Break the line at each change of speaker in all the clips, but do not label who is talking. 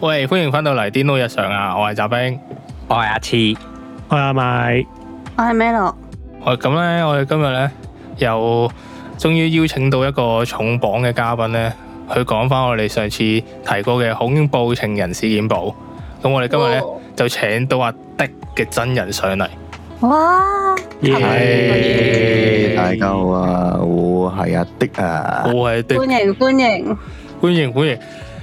喂，歡迎翻到嚟《癲佬日常》啊！我係澤兵。
我係阿次，
我阿咪
我係 Melo，
我咁咧，我哋今日咧又終於邀請到一個重磅嘅嘉賓咧，去講翻我哋上次提過嘅恐怖情人事件簿。咁我哋今日咧
哦
就請到阿的嘅真人上嚟。
哇，
耶
係
大家好啊，我係阿的啊，
我係的
歡，迎歡迎，
歡迎歡迎。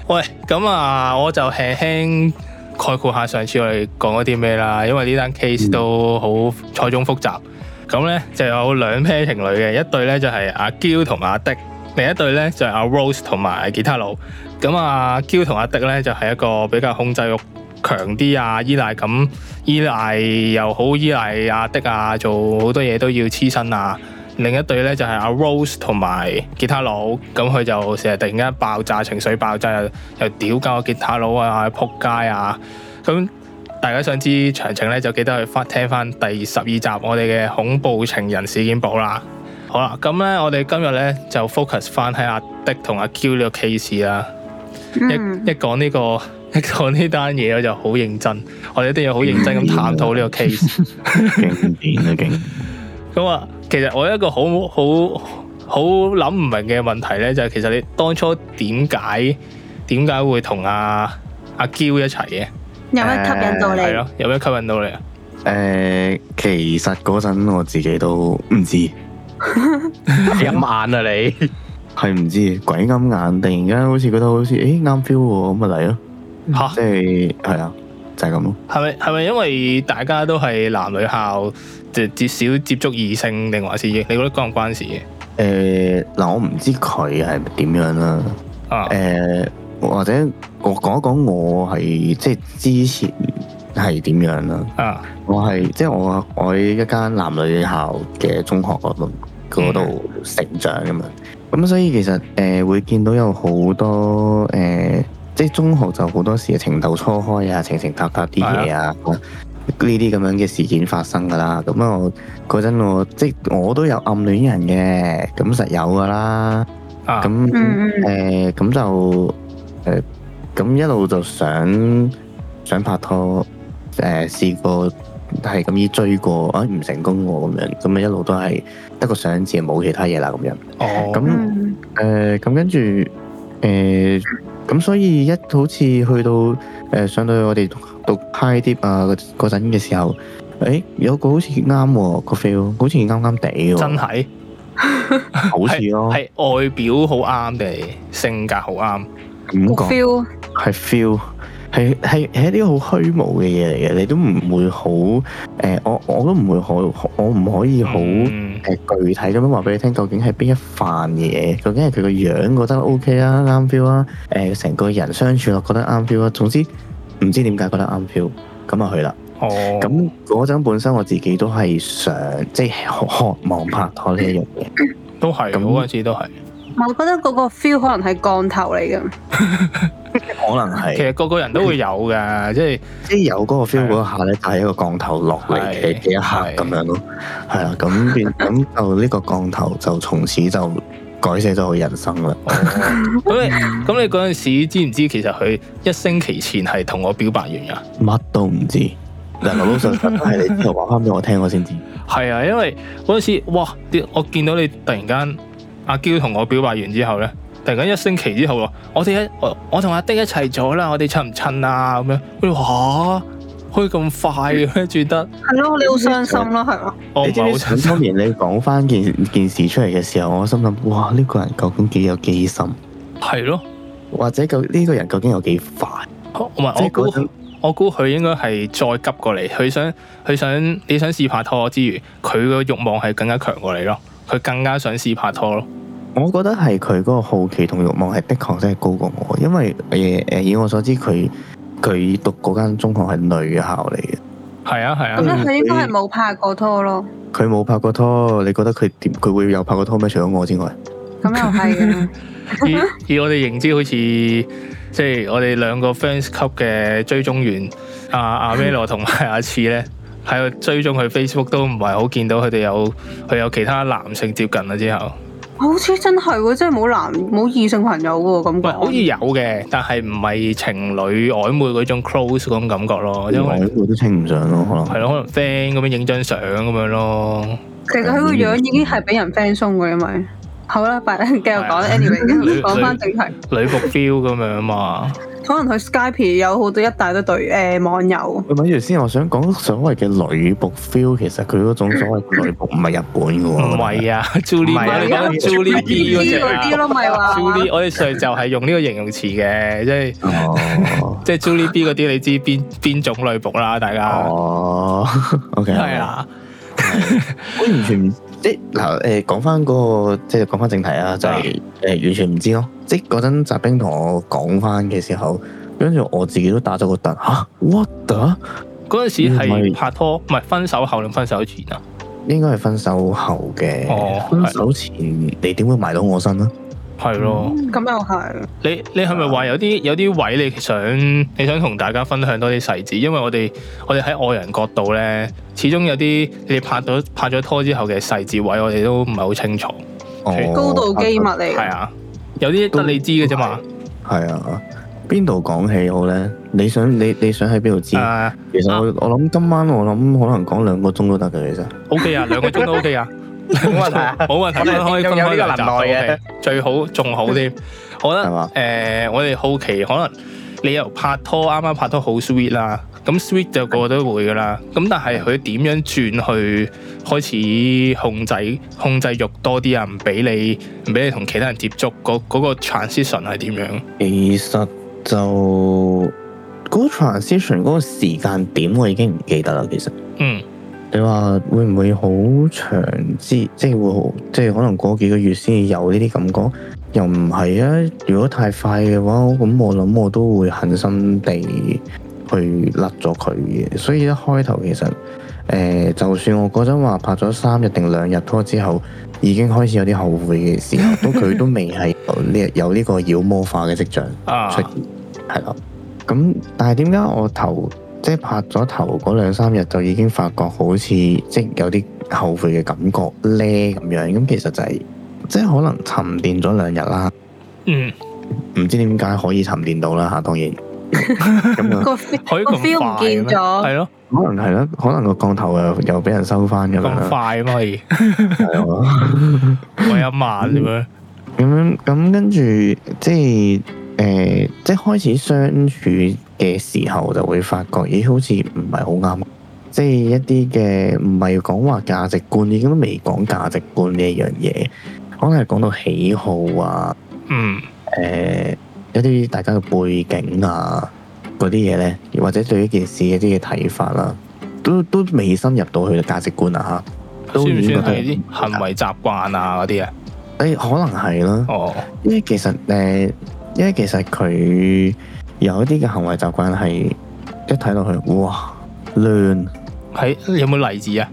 喂，咁啊，我就輕輕概括下上次我哋講咗啲咩啦，因為呢單 case 都好錯綜複雜。咁咧就有兩 pair 情侶嘅，一對咧就係阿嬌同阿的，另一對咧就係阿 Rose 同埋吉他佬。咁阿嬌同阿的咧就係一個比較控制欲強啲啊，依賴咁依賴又好依賴阿的啊，做好多嘢都要黐身啊。另一對咧就係阿 Rose 同埋吉他佬，咁佢就成日突然間爆炸情緒爆炸，又又屌鳩個吉他佬啊，仆街啊！咁大家想知詳情咧，就記得去翻聽翻第十二集我哋嘅恐怖情人事件簿啦。好啦，咁咧我哋今日咧就 focus 翻喺阿的同阿 Q 呢個 case 啦。
嗯
一一講呢、個 一講呢單嘢，我就好認真，我哋一定要好認真咁探討呢個 case。
經典啊，經
咁啊，其實我有一個好好好諗唔明嘅問題咧，就係、其實你當初點解點解會同阿阿嬌一齊嘅？
有咩吸引到
係
你？
咯，有咩吸引到 你啊？
誒，其實嗰陣我自己都唔知，
你咁眼啊你，
係唔知鬼咁眼，突然間好似覺得好似誒啱 feel 喎，咁咪嚟咯，
嚇、
即係係啊，就係咁咯。
係咪係咪因為大家都係男女校，就至少接觸異性，定還是你覺得關唔關事嘅？
誒嗱，我唔知佢係點樣啦，
啊，
誒或者我講一講我係即係之前係點樣啦。
啊，
我係即係我我喺一間男女校嘅中學嗰度嗰度成長咁樣，咁所以其實誒、呃、會見到有好多誒、呃即係中學就好多時情竇初開啊，情情塔塔啲嘢啊，呢啲咁樣嘅事件發生㗎啦。咁啊，我嗰陣我即係我都有暗戀人嘅，咁實有㗎啦。
啊
咁
嗯嗯
誒咁就誒咁一路就想想拍拖，誒試過係咁依追過，啊唔成功喎咁樣，咁啊一路都係得個想字，冇其他嘢啦咁樣。
哦，
咁
嗯，
誒咁跟住誒咁，所以一好似去到誒、上到我哋讀讀 high dip 啊嗰嗰陣嘅時候，誒、有個好似啱喎個 feel，好似啱啱地喎，
真係
好似咯，
係外表好啱定係性格好啱？
感
個
覺。
feel
係 feel，係係係一啲好虛無嘅嘢嚟嘅，你都唔會好誒、呃我我都唔會好，我唔可以好誒、
嗯
具體咁樣話俾你聽，究竟係邊一範嘢？究竟係佢個樣覺得 OK 啊，啱 feel 啊，誒、成個人相處落覺得啱 feel 啊，總之唔知點解覺得啱 feel，咁啊去啦。
哦，
咁嗰陣本身我自己都係想即係渴渴望拍拖呢一樣嘢，
都係
咁
嗰陣時都係。
我覺得嗰個 feel 可能係降頭嚟嘅，
可能
其
係
實個個人都會有嘅， 即係
即係有嗰個 feel 嗰下咧，就係一啊個降頭落嚟嘅嘅一
係
刻咁樣咯，係啦，咁 變咁就呢個降頭就從此就改寫咗我人生啦。
哦咁你咁你嗰陣時知唔知其實佢一星期前係同我表白完㗎？
乜都唔知，嗱老老實實都係你之後話翻俾我聽，我先知。
係啊，因為嗰陣時，哇！啲我見到你突然間阿嬌同我表白完之後咧，突然間一星期之後喎，我哋一我我同阿的一齊咗啦，我哋襯唔襯啊？咁樣，佢話嚇可以咁快嘅咩？轉得
係咯，你好傷心咯，係嘛？
我唔
你知
係好
唔知
想
想當年你講翻件件事出嚟嘅時候，我心諗哇呢、個人究竟幾有機心，
係咯，
或者究呢、個人究竟有幾快？
我哦唔係
即
我
係嗰
估
種
我估佢應該係再急過你，佢想佢想你想試拍拖之餘，佢個慾望係更加強過你咯，佢更加想試拍拖咯。
我覺得係佢嗰個好奇同欲望係的確真係高過我，因為誒誒以我所知佢佢讀嗰間中學係女校嚟嘅，
係啊係
咁
啊，
咧佢應該係冇拍過拖咯，
佢冇拍過拖，你覺得佢點？佢會有拍過拖咩？除咗我之外，
咁又係
嗯
嘅，
以以我哋認知好似即係我哋兩個 fans 級嘅追蹤員阿阿 Melo 同埋阿次咧，喺度追蹤佢 Facebook 都唔係好見到佢哋有佢有其他男性接近啦之後，
好似真係喎，真係冇男冇異性朋友喎，咁
喂，好似
講。
有嘅，但係唔係情侶曖昧嗰種 close 嗰種感覺咯，哦因為
我我都稱唔上咯，可能
係咯，可能 friend 咁樣影張相咁樣咯。
其實佢個樣已經係俾人 friend 鬆嘅，因為好啦， 拜繼續講
係啊
，anyway，
女
講翻正題。
女仆 feel 咁樣嘛，
可能佢 Skype 有好多一大堆隊誒、呃、網友，
喂，咪住先，我想講所謂嘅女仆 feel，其實佢嗰種所謂嘅女仆唔係日本嘅
唔
喎，
係啊，Julie，
唔係啊
你講緊 Julie B 嗰只
嗰啲
啊
咯，咪話
，Julie，我哋上就係用呢個形容詞嘅，即係
哦，
即係 Julie B 嗰啲，你知邊邊種女仆啦，大家
哦，OK，
啊係，啊啦，
我完全唔即係嗱誒，講翻嗰個即係講翻正題啊，就係誒完全唔知咯，即係嗰陣澤兵同我講翻嘅時候，跟住我自己都打咗個突嚇，what the？
嗰陣時
唔
係
係
拍拖，唔係分手後定分手前啊？
應該係分手後嘅，
哦
分手前你點會埋到我身啊？
係咯。
咁又係，
你你係咪話有啲有啲位你想你想同大家分享多啲細節？因為我哋我哋喺外人角度咧，始終有啲你拍咗拍咗拖之後嘅細節位，我哋都唔係好清楚。
哦
高度機密嚟
係
嘅，
啊，有啲得你知嘅啫嘛。
係啊，邊度講起好咧？你想你你想喺邊度知？
誒
其實我我諗今晚我諗可能講兩個鐘都得嘅，其實。
，OK 啊，兩個鐘都 OK 啊，
冇問題啊
冇問題，分開
有
分
有
開
呢個
兩集
能耐嘅
嘅，最好仲好添。我覺
係嘛
得誒，我哋好奇可能你由拍拖啱啱拍拖好 sweet 啦，咁 sweet 就個個都會噶啦。咁但係佢點樣轉去開始控制控制欲多啲啊？唔俾你唔俾你同其他人接觸，嗰嗰個 transition 係點樣？
其實就嗰個 transition 嗰個時間點我已經唔記得啦。其實
嗯
你話會唔會好長之，即係會好，即係可能過幾個月先有呢啲感覺，又唔係啊。如果太快嘅話，咁我諗我都會狠心地去甩咗佢嘅。所以一開頭其實誒、呃就算我嗰陣話拍咗三日定兩日拖之後，已經開始有啲後悔嘅時候，都佢都未係有呢有呢個妖魔化嘅跡象。
啊，
出現，係啦。咁但係點解我頭即係拍咗頭嗰兩三日就已經發覺好似即係有啲後悔嘅感覺咧咁樣？咁其實就係、即係可能沉澱咗兩日啦，
嗯，
唔知點解可以沉澱到啦嚇，當然咁
哦
啊，
個
可以
feel- 個
咁
feel 唔
快
見
咩？
咗，
係咯，
可能係啦，可能個降頭又又俾人收翻咁樣
咁
啦，
快啊嘛可以，
係啊
我一晚 咁樣。
咁樣咁跟住即係誒、呃即係開始相處嘅時候就會發覺，咦，好似唔係好啱。即係一啲嘅唔係講話價值觀，已經都未講價值觀呢一樣嘢，可能係講到喜好啊，
嗯
誒、一啲大家嘅背景啊嗰啲嘢咧，或者對呢件事一啲嘅睇法啦、都都未深入到佢嘅價值觀啊嚇，都
算唔
已經
算
覺得
係啲行為習慣啊嗰啲啊？
誒可能係啦。
哦，
因為其實誒、呃因為其實佢有一啲嘅行為習慣係一睇落去，哇，亂
喺有冇例子啊？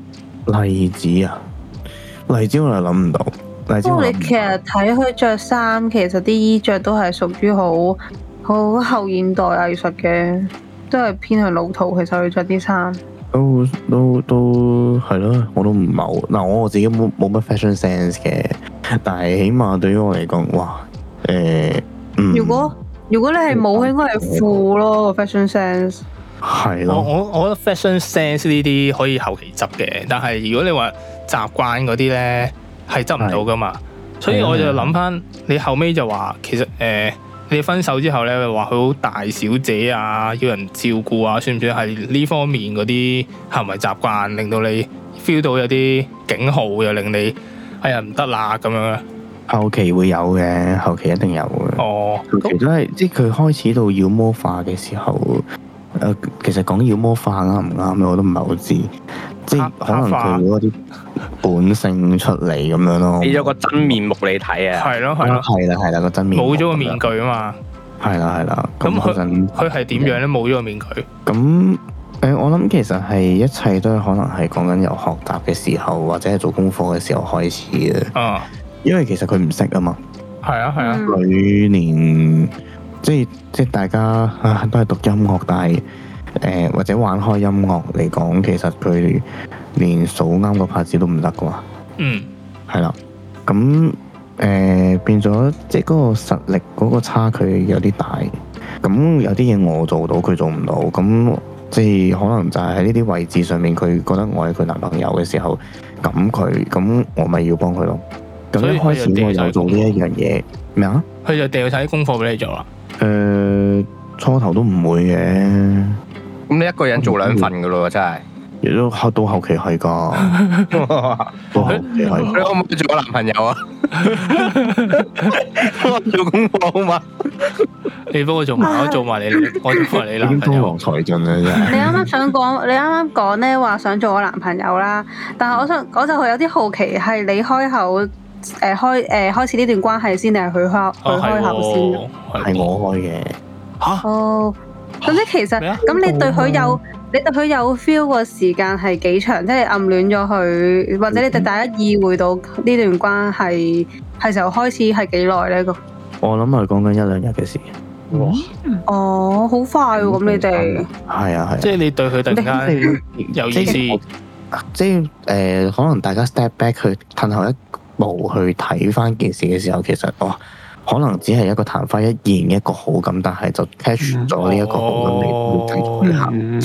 例子啊，例子我又諗唔到，例子
不
我
過哦
諗
你
唔
其實睇佢着衫，其實啲衣着都係屬於好好後現代藝術嘅，都係偏向老土。其實佢着啲衫，
都都都係咯，我都唔係好嗱，我自己冇冇乜 fashion sense 嘅，但係起碼對於我嚟講，哇，誒、嗯，
如果如果你係
哦
冇，應該係褲咯，fashion sense。
係
我
咯，
我我覺得 fashion sense 呢啲可以後期執嘅，但係如果你話習慣嗰啲咧係執唔到噶嘛，所
啊
以我就諗翻你後尾就話其實誒、呃你分手之後咧話佢好大小姐啊，要人照顧啊，算唔算係呢方面嗰啲行為習慣令到你 feel 到有啲警號，又令你哎呀唔得啦咁樣啊咧？
後期會有嘅，後期一定有嘅。
哦，
佢其實都係即係佢開始到妖魔化嘅時候，誒、其實講妖魔化啱唔啱咧，我都唔係好知，即係
黑
可能
黑化
佢嗰啲本性出嚟咁樣咯。
俾咗個真面目你睇啊！
係咯係
係
咯
啦，。係啦，係啦，個真面
冇咗個面，具啊嘛，
係啦，係啦。
咁
咁
佢
嗰陣，
佢係點樣咧？冇咗個面具，
咁誒，我諗其實係一切都係可能係講緊由學習嘅時候，或者係做功課嘅時候開始嘅，
啊，
因為其實佢唔識啊嘛。
係啊係啊，
嗯
佢連即係即係大家啊都係讀音樂，但係誒、呃或者玩開音樂嚟講，其實佢連數啱個拍子都唔得噶嘛，
嗯
係啦。咁誒變咗即係嗰個實力嗰個差距有啲大。咁有啲嘢我做到，佢做唔到。咁即係可能就係喺呢啲位置上面，佢覺得我係佢男朋友嘅時候，咁佢咁我咪要幫佢咯。咁
所以
一開始我有做呢一樣嘢咩啊？
佢就掉晒啲功課俾你做啦。
誒、呃初頭都唔會嘅，
咁你一個人做兩份噶咯，真係。
亦都到後期 係㗎，到後期係
你
㗎。
可唔可以做我男朋友啊？ 我做功課好嘛？
你幫我做埋，我做埋你，我做埋你
已經
男朋
江
友。
郎才盡啦，真係。
你啱啱想 講，你啱啱講咧話想做我男朋友啦，但係我想我就有啲好奇，係你開口誒、呃、開誒、呃、開始呢段關係先，定係佢開
哦，
佢開口先？啊
係喎，係
係
喎
我開嘅，
吓，
哦，咁即係其實
咩啊
咁你對佢
哦
有你對佢有 feel 個時間係幾長？即係暗戀咗佢，或
嗯
者你哋大家意會到呢段關係係時候開始係幾耐咧？個
我諗係講緊一兩日嘅事。
哦，好快喎！
嗯
咁你哋
係啊係啊，
即係你對佢突然間有意思，
即即係诶、呃可能大家 step back 去褪後一步去睇翻件事嘅時候，其實哇，可能只係一個曇花一現一個好感，但係就 catch 咗呢一個好感，你會繼續去行。
嗯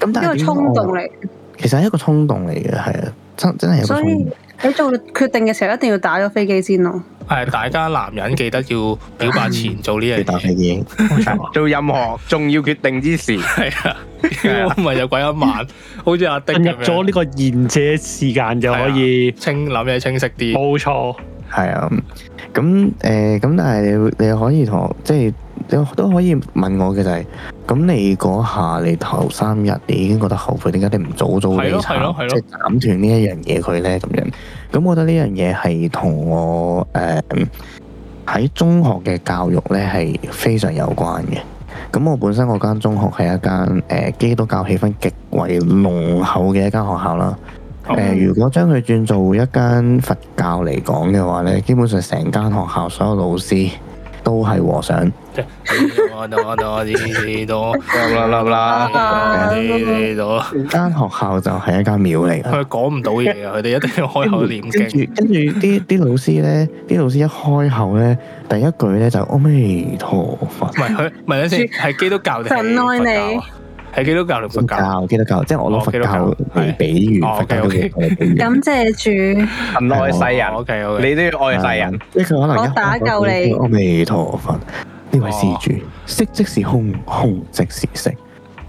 咁但
呢
係
個
點
哦衝動
講
嚟，
其實係一個衝動嚟嘅，係啊，真真係有個
所
衝
以
動。
你做決定嘅時候一定要打咗飛機先咯。
係大家男人記得要表白前做呢樣
你答
嘢，
你嘢，
冇錯
做任何重要決定之時，
係啊，唔係有鬼一晚，好似阿丁
進入
咁
咗
樣，
呢個賢者時間就可以，
清諗嘢清晰啲，
冇
哦
錯，
係啊。咁诶，咁、但係你會你可以同我即係你都可以問我嘅就係，咁你嗰下你頭三日你已經覺得後悔，點解你唔早早
係
地
咯係咯
斬
係咯
即係斬斷呢一樣嘢佢咧咁樣？咁我覺得呢樣嘢係同我誒喺、中學嘅教育咧係非常有關嘅。咁我本身我間中學係一間誒、呃基督教氣氛極為濃厚嘅一間學校啦。
哦
誒、呃如果將佢轉做一間佛教嚟講嘅話咧，基本上成間學校所有老師都係和尚。
我我我知知道，
啦啦啦，
啊
知道，
間學校就係一間廟嚟㗎。
嗯佢講唔到嘢啊，佢哋一定要開口念
跟
經，
住跟住啲啲老師咧，啲老師一開口咧，第一句咧就阿彌陀佛
唔。係佢，唔係等先，係基督教定係
神
佛
愛你
教啊？係基督教定佛
佛
教？
教，基督教，即係我攞
哦
佛
基督
教
教
嚟比喻，
係
佛教都
哦，OK，OK
嚟比喻。
感謝主，
勤愛世人，
O K O K，
你都要愛世人。，
即係佢可能一
我打救你
阿彌陀佛，呢
哦
位施主，色即是空，空即是色。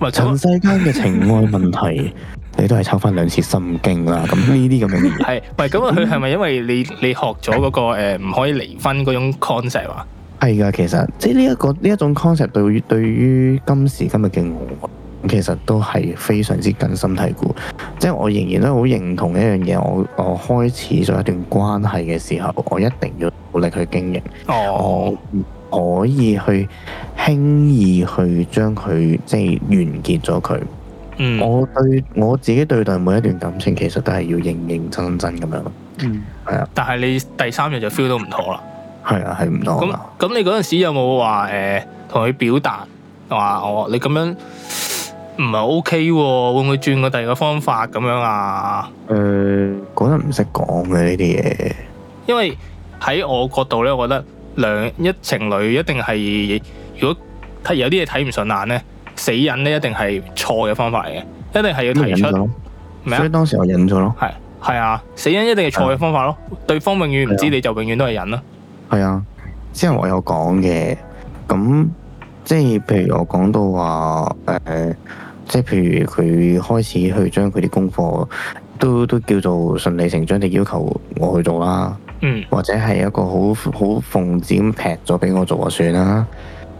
咪
塵世間嘅情愛問題，你都係抽翻兩次心經啦。咁呢啲咁嘅嘢，
係，喂，咁啊，佢係咪因為你你學咗嗰、個呃唔、可以離婚嗰種 concept 啊？
係噶，其實即係呢一個呢一種 concept 對於對於今時今日嘅我，其實都係非常之根深蒂固。即係我仍然都好認同一樣嘢，我我開始咗一段關係嘅時候，我一定要努力去經營，我
哦，
唔可以去輕易去將佢即係完結咗佢。
嗯，
我對我自己對待每一段感情，其實都係要認認真真咁樣。啊
嗯
但係你第三日就 feel 到唔妥啦。
係啊，係唔同
咁
啊。
咁，你嗰陣時有冇話誒同佢表達話我你咁樣唔係 OK 喎？會唔會轉個第二個方法咁樣啊？
誒、嗰陣唔識講嘅呢啲嘢，
因為喺我角度咧，我覺得兩一情侶一定係如果睇有啲嘢睇唔順眼咧，死忍咧一定係錯嘅方法嚟嘅，一定係要
咁咪
提
忍
出
咗咯。
咩啊
所以？當時我忍咗咯。
系系啊，死忍一定係錯嘅方法咯。對方永遠唔知，你就永遠都係忍啦。
係啊，之後我有講嘅，咁即係譬如我講到話誒、即係譬如佢開始去將佢啲功課都都叫做順理成章地要求我去做啦，
嗯，
或者係一個好好奉旨咁劈咗俾我做就算啦。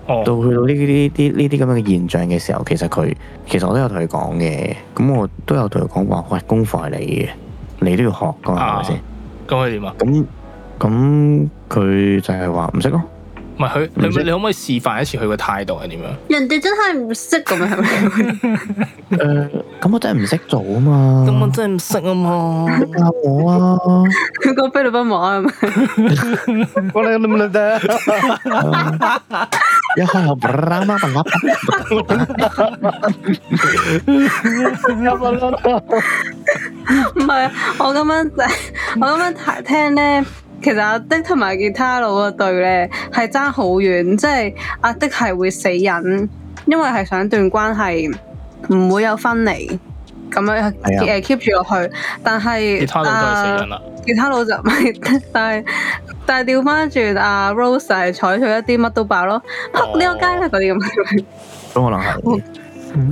哦，
到去到呢啲呢啲呢啲咁樣嘅現象嘅時候，其實佢其實我都有同佢講嘅，咁我都有同佢講話，喂，功課係你嘅，你都要學噶嘛，係咪先？
咁佢點啊？
咁咁佢就係話唔識咯，
唔係佢，你
唔識
你可唔可以示範一次佢個態度係點樣？
人哋真係唔識咁樣，係咪？
誒、咁我真係唔識做啊嘛，
真係唔識啊嘛。
你教我啊，
佢個菲律賓話啊嘛，
我哋唔得，
一開口啦啦啦
啊 唔係我咁樣我咁樣睇聽咧，其實阿的同埋吉他佬嗰對咧係爭好遠，即係阿的係會死忍，因為係想段關係唔會有分離咁樣誒
係
keep 住落去，但
啊
係
吉他佬都係死人啦，
其他佬就 唔係，但係但係調翻轉阿 Rose 就係採取一啲乜都爆咯，
哦
撲呢個街啦嗰啲咁，
都可能係。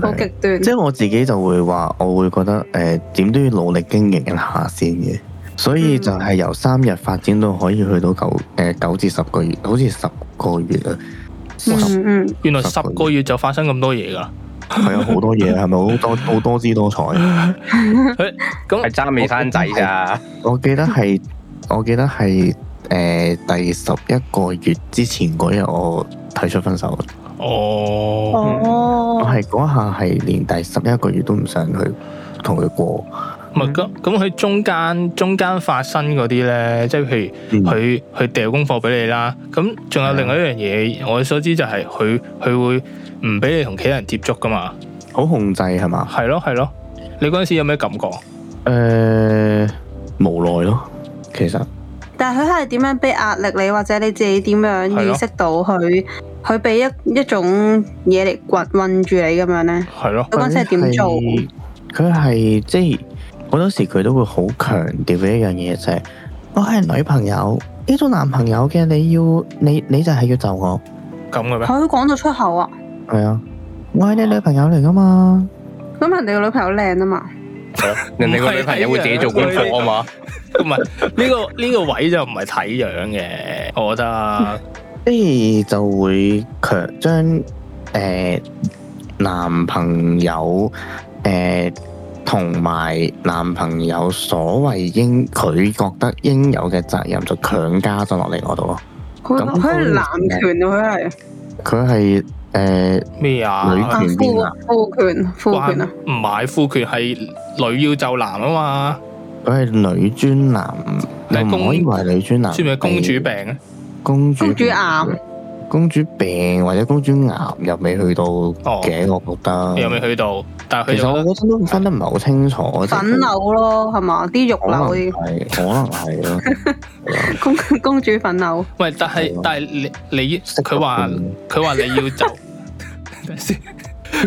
好極端
即。係我自己就會話，我會覺得誒點、都要努力經營一下先嘅，所以就係由三日發展到可以去到九誒、九至十個月，好似十個月啊，
嗯嗯，
原來十個月就發生咁多嘢㗎啦。
係啊好多嘢，係咪好多好多姿多彩？
係
咁
爭未生仔 咋，
我記得係我記得係誒、呃第十一個月之前嗰日我提出分手，
哦，
哦
我，係嗰下係連第十一個月都唔想去同佢過，
唔係咁咁佢中間中間發生嗰啲咧，即係譬如
嗯
佢佢掉功課俾你啦，咁仲有另外一樣嘢，我所知就係佢佢會唔俾你同其他人接觸噶嘛，
好控制係嘛？
係咯係咯，你嗰陣時有咩感覺？
誒、呃無奈咯，其實。
但係佢係點樣俾壓力你，或者你自己點
係
樣
咯
意識到佢佢俾一一種嘢嚟困困住你咁樣咧？
係咯，
你嗰陣時係點做？
佢係即係好多時佢都會好強調嘅一樣嘢就係、我係女朋友，呢種男朋友嘅你要你你就係要就我，
咁嘅 咩？
佢講到出口啊！
係啊，我係你女朋友嚟噶嘛，
咁人哋個女朋友靚啊嘛，
人哋個女朋友會自己做功課啊嘛。
唔係呢個呢個位就唔係睇樣嘅，我覺得
即係就會強將誒、呃男朋友誒同埋男朋友所謂應佢覺得應有嘅責任就強加咗落嚟我度咯，
佢
咁
佢係男權啊，佢係。
佢係誒
咩啊？
女
啊
權邊啊
父父權父權啊，
唔係父權係女要就男啊嘛，
佢係女專男，
你
又
係公
唔可以話女專男，
算唔算係公主病啊？
公主
公主啊癌、
公主病或者公主癌又未去到嘅，我覺得。
你有哦未去到？但係佢
其實
就
我嗰陣都分得唔係好清楚，即係佢
粉啊瘤咯，係嘛？啲肉
可能
瘤嗰
係，可能係咯。
啲 公公主粉瘤，
喂，但係
係啊
但係你你佢話佢話你要就，等陣先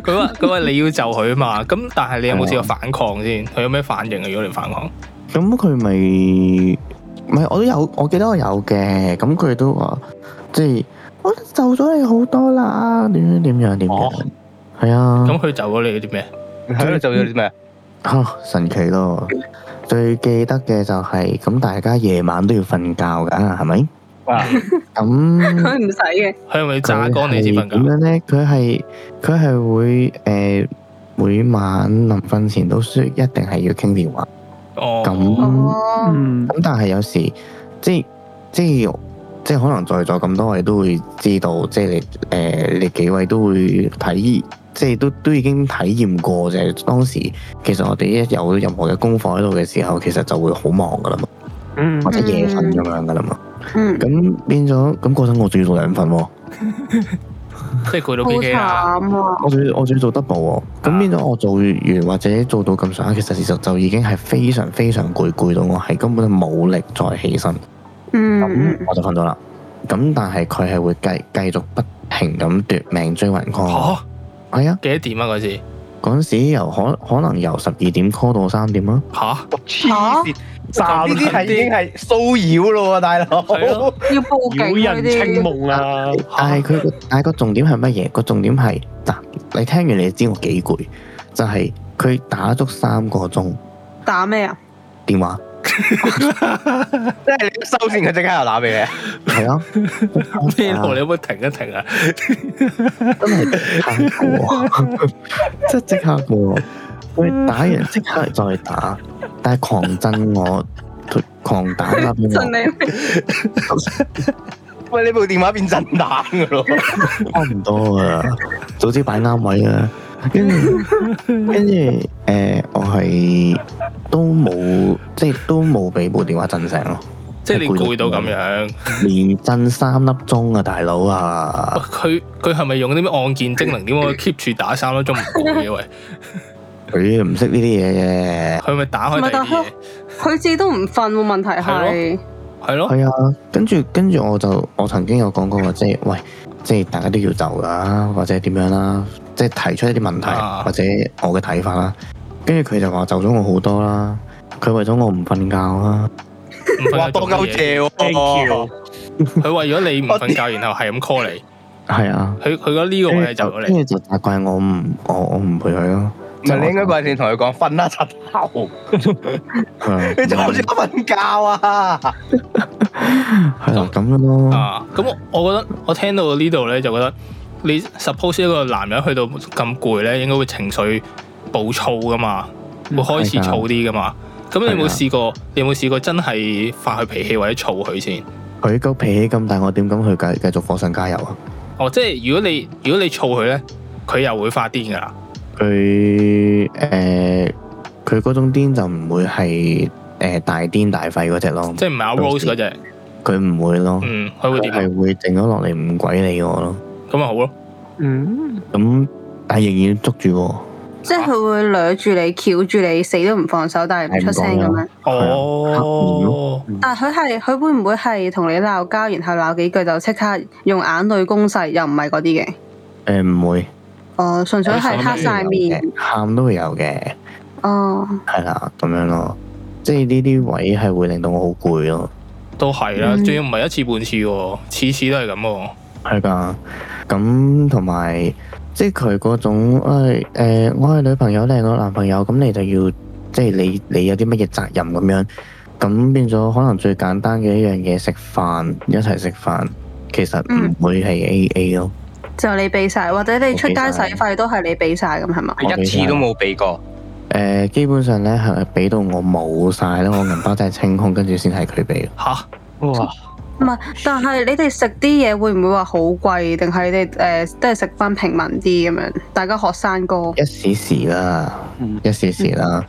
佢話佢話你要就佢啊嘛，咁但係你有冇試過反抗先？佢有咩反應啊？如果你反抗，
咁佢咪唔係我都有，我記得我有嘅。咁佢都話即係我都就咗你好多啦，點樣點樣點樣。係啊。
咁佢就咗你啲咩？
喺度做咗啲咩？
啊，神奇咯！最記得嘅就係、咁，大家夜晚都要瞓覺㗎，係咪？
啊
佢
咁
唔使嘅，
佢係咪
佢
揸乾你先
係
瞓
點
覺？
樣咧？佢係佢係會誒、每晚臨瞓前都需一定係要傾電話。
哦，
咁啊
哦，
嗯，
咁但係有時即係即係即係可能在座咁多位都會知道，即係你誒、呃你幾位都會體即係都都已經體驗過，就係、當時其實我哋一有任何嘅功課喺度嘅時候，其實就會好忙㗎啦嘛，
嗯
或者夜瞓咁樣㗎啦嘛。
嗯，
咁變咗，咁嗰陣我仲要做兩份喎，
即係攰到
好
K K 啦，
慘啊！
我仲要我仲要做 double 喎，咁變咗我做完或者做到咁上下，其實事實就已經係非常非常攰，攰到我係根本冇力再起身，
嗯
咁
嗯，
我就瞓咗啦。咁但係佢係會繼繼續不停咁奪命追魂 call，
嚇
係啊，
幾多點啊嗰時？
嗰陣時由可可能由十二點 call 到三點啦，
吓？
黐線，
三
呢啲係已經係騷擾咯喎，大佬。
係 咯
要報警
擾
嗰
人清
啊啲，
夢啊！
但係佢個但係個重點係乜嘢？個重點係嗱，你聽完你就知我幾攰，就係佢打足三個鐘
打咩啊？
電話。
即係你一收線，佢即刻又打俾
系啊，
咩路？你可唔可以停一停啊？
真系即刻喎，即系即刻喎。佢打完即刻再打，但系狂震我，佢狂打啦俾
信
我。
你
你。喂，你部電話變震彈噶咯。
差唔多啊，早知擺啱位啊。跟住，跟住，诶、我係都冇，即係都冇俾部電話震醒咯，
即係你攰到咁樣，
連震三粒鐘啊，大佬啊！
佢佢係咪用啲咩按鍵精靈點可以 keep 住打三粒鐘唔攰嘅喂？
佢唔識呢啲嘢嘅。
佢咪打開
唔係
第二啲
但
嘢
係？佢自己都唔瞓喎，問題
係
係
係
哦
咯，
係啊，跟住跟住我就我曾經有講過話，即係喂，即係大家都要就啦，或者點樣啦，即係提出一啲問題、
啊
或者我嘅睇法啦。跟住佢就話就咗我好多啦，佢為咗我唔瞓覺啦，
唔瞓
哇，
覺
多
做
鳩
嘢。
謝喎
Thank you，
佢為咗你唔瞓覺，然後係咁 call 你，
係啊，
佢佢覺得呢個位係就咗
跟
你。
住就責怪我唔我我唔陪佢咯，
唔係你應該嗰陣時同佢講瞓啦，柒頭，
係啊
你仲好似瞓覺啊？
係啦咁樣咯，
啊，咁我我覺得我聽到呢度咧，就覺得你 suppose 一個男人去到咁攰咧，應該會情緒暴躁噶嘛，會開始
係㗎
燥啲噶嘛。咁你有冇
係㗎
試過？你有冇試過真係發佢脾氣或者燥佢先？
佢個脾氣咁大，我點敢去繼繼續火上加油啊？
哦，即係如果你如果你燥佢咧，佢又會發癲噶啦。
佢誒佢嗰種癲就唔會係誒、呃大癲大肺嗰只咯，
即係唔係阿 Rose 嗰只，
佢唔會咯，
嗯，佢會
佢
點啊？
係會靜咗落嚟唔鬼理我咯。
咁咪好咯，
嗯，
咁但係仍然捉住我，
即係佢會掠住你、翹住你，死都唔放手，但係唔出聲咁
係唔講啊
樣。
哦，
但係佢係佢會唔會係同你鬧交，然後鬧幾句就即刻用眼淚攻勢？又唔係嗰啲嘅，
誒唔、會
哦，純粹係黑晒面，
喊都會有嘅，
哦，
係啦咁樣咯。即係呢啲位係會令到我好攰咯，
都係啦，
嗯
仲要唔係一次半次喎，次次都係咁喎。
係㗎。咁同埋即係佢嗰種，誒、誒我係女朋友靚過男朋友，咁你就要即係你你有啲乜嘢責任咁樣，咁變咗可能最簡單嘅一樣嘢食飯一齊食飯，其實
嗯
唔會係 A A 咯。
就你俾晒，或者你出街使費都係你俾晒咁係嘛？
我
一次都冇俾過，
誒、呃基本上咧係俾到我冇晒啦，我銀包真係清空，跟住先係佢俾。
吓，
哇，
唔係，但係你哋食啲嘢會唔會話好貴，定係你哋誒都係食翻平民啲咁樣？大家學生哥，
一時時啦，
嗯
一時時啦。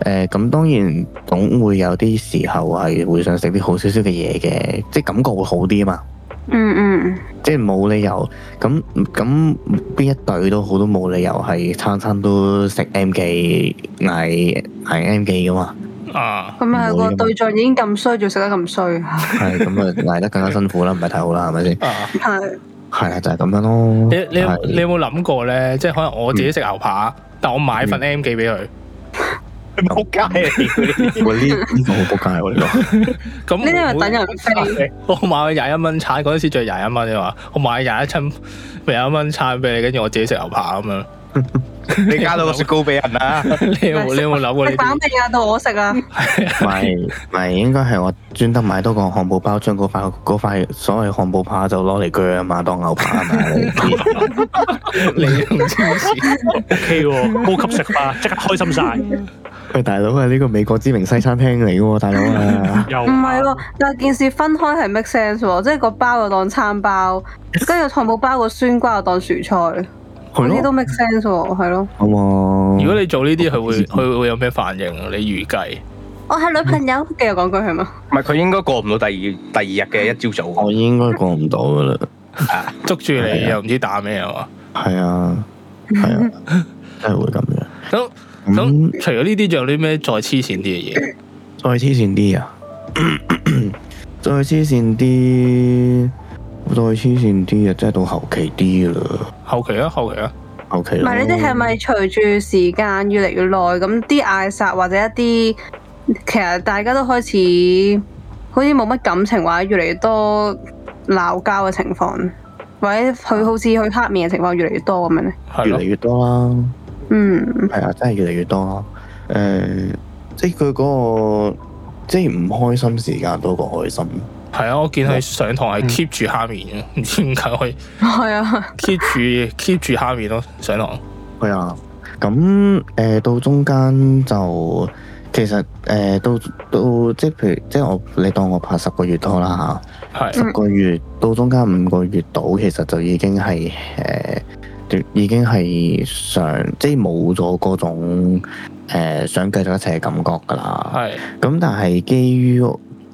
誒、咁當然總會有啲時候係會想食啲好少少嘅嘢嘅，即係感覺會好啲啊嘛。
嗯嗯，
即係冇理由咁咁邊一隊都好都冇理由係餐餐都食 M 記捱捱 M 記噶嘛，
啊，
咁啊個對象已經咁衰，仲食得咁 衰，
係咁啊捱得更加辛苦啦，唔係太好啦，係咪先？
啊，
係
係啊啦，就係、咁樣咯。
你你有
哦係嗯
你有冇諗過咧？即係可能我自己食牛扒，但我買份 M 記俾佢，
你仆街嚟嘅
喂呢呢個好仆街喎，呢個嗯
咁
呢啲咪等人飛。
我我買咗廿一蚊餐，嗰陣時最廿一蚊啫嘛，我買廿一餐廿一蚊餐俾你，跟住我自己食牛扒咁樣。
你加到個雪糕俾人啦，
你有冇你有冇諗過呢
食 飽
啲？
未啊？到我食啊！
唔 係唔係應該係我專登買多個漢堡包，將嗰塊嗰塊所謂漢堡扒就攞嚟鋸啊嘛，當牛扒啊嘛。
你用黐線，
，OK 喎，高級食法，即刻開心晒，
喂大佬啊，呢個美國知名西餐廳嚟嘅喎，大佬啊，
又
唔係喎，但係件事分開係 make sense 喎，即係個包又當餐包，跟住漢堡包個酸瓜又當薯菜，嗰
係
啲都
咯，
make sense 喎，係咯。
好冇。
如果你做呢啲，佢會 佢會有咩反應啊？你預計？
我係女朋友，嗯繼續講句係嘛？
唔係佢應該過唔到第二第二日嘅一朝早
我應該過唔到噶啦。
捉住你
係啊
又唔知打咩啊嘛。
係啊，係 啊，真係會咁樣。
咁
咁、
咁除咗呢啲，仲有啲咩再黐線啲嘅嘢？
再黐線啲 啊，再黐線啲，再黐線啲啊，真係到後期啲啦，
後期啊，後期啊，
後期
唔
咯。
係你哋係咪隨住時間越嚟越耐，咁啲嗌殺或者一啲其實大家都開始好似冇乜感情，或者越嚟越多鬧交嘅情況，或者佢好似去黑面嘅情況越嚟越多咁樣咧？
係
越
咯
嚟，越多啦？
嗯，
係啊，真係越嚟越多啦。誒、即係佢嗰個，即係唔開心時間多過開心。
係啊！我見
嗯
佢上堂係 keep 住蝦面嘅，唔知點解可以
係啊，
keep 住 keep 住蝦面咯。上堂
係啊，咁誒、呃到中間就其實誒、呃到到即係譬如即係我你當我拍十個月拖啦嚇。
係
嗯
十個月到中間五個月度，其實就已經係誒、呃已經係上即係冇咗嗰種、呃、想繼續一齊嘅感覺㗎啦。
係
咁但係基於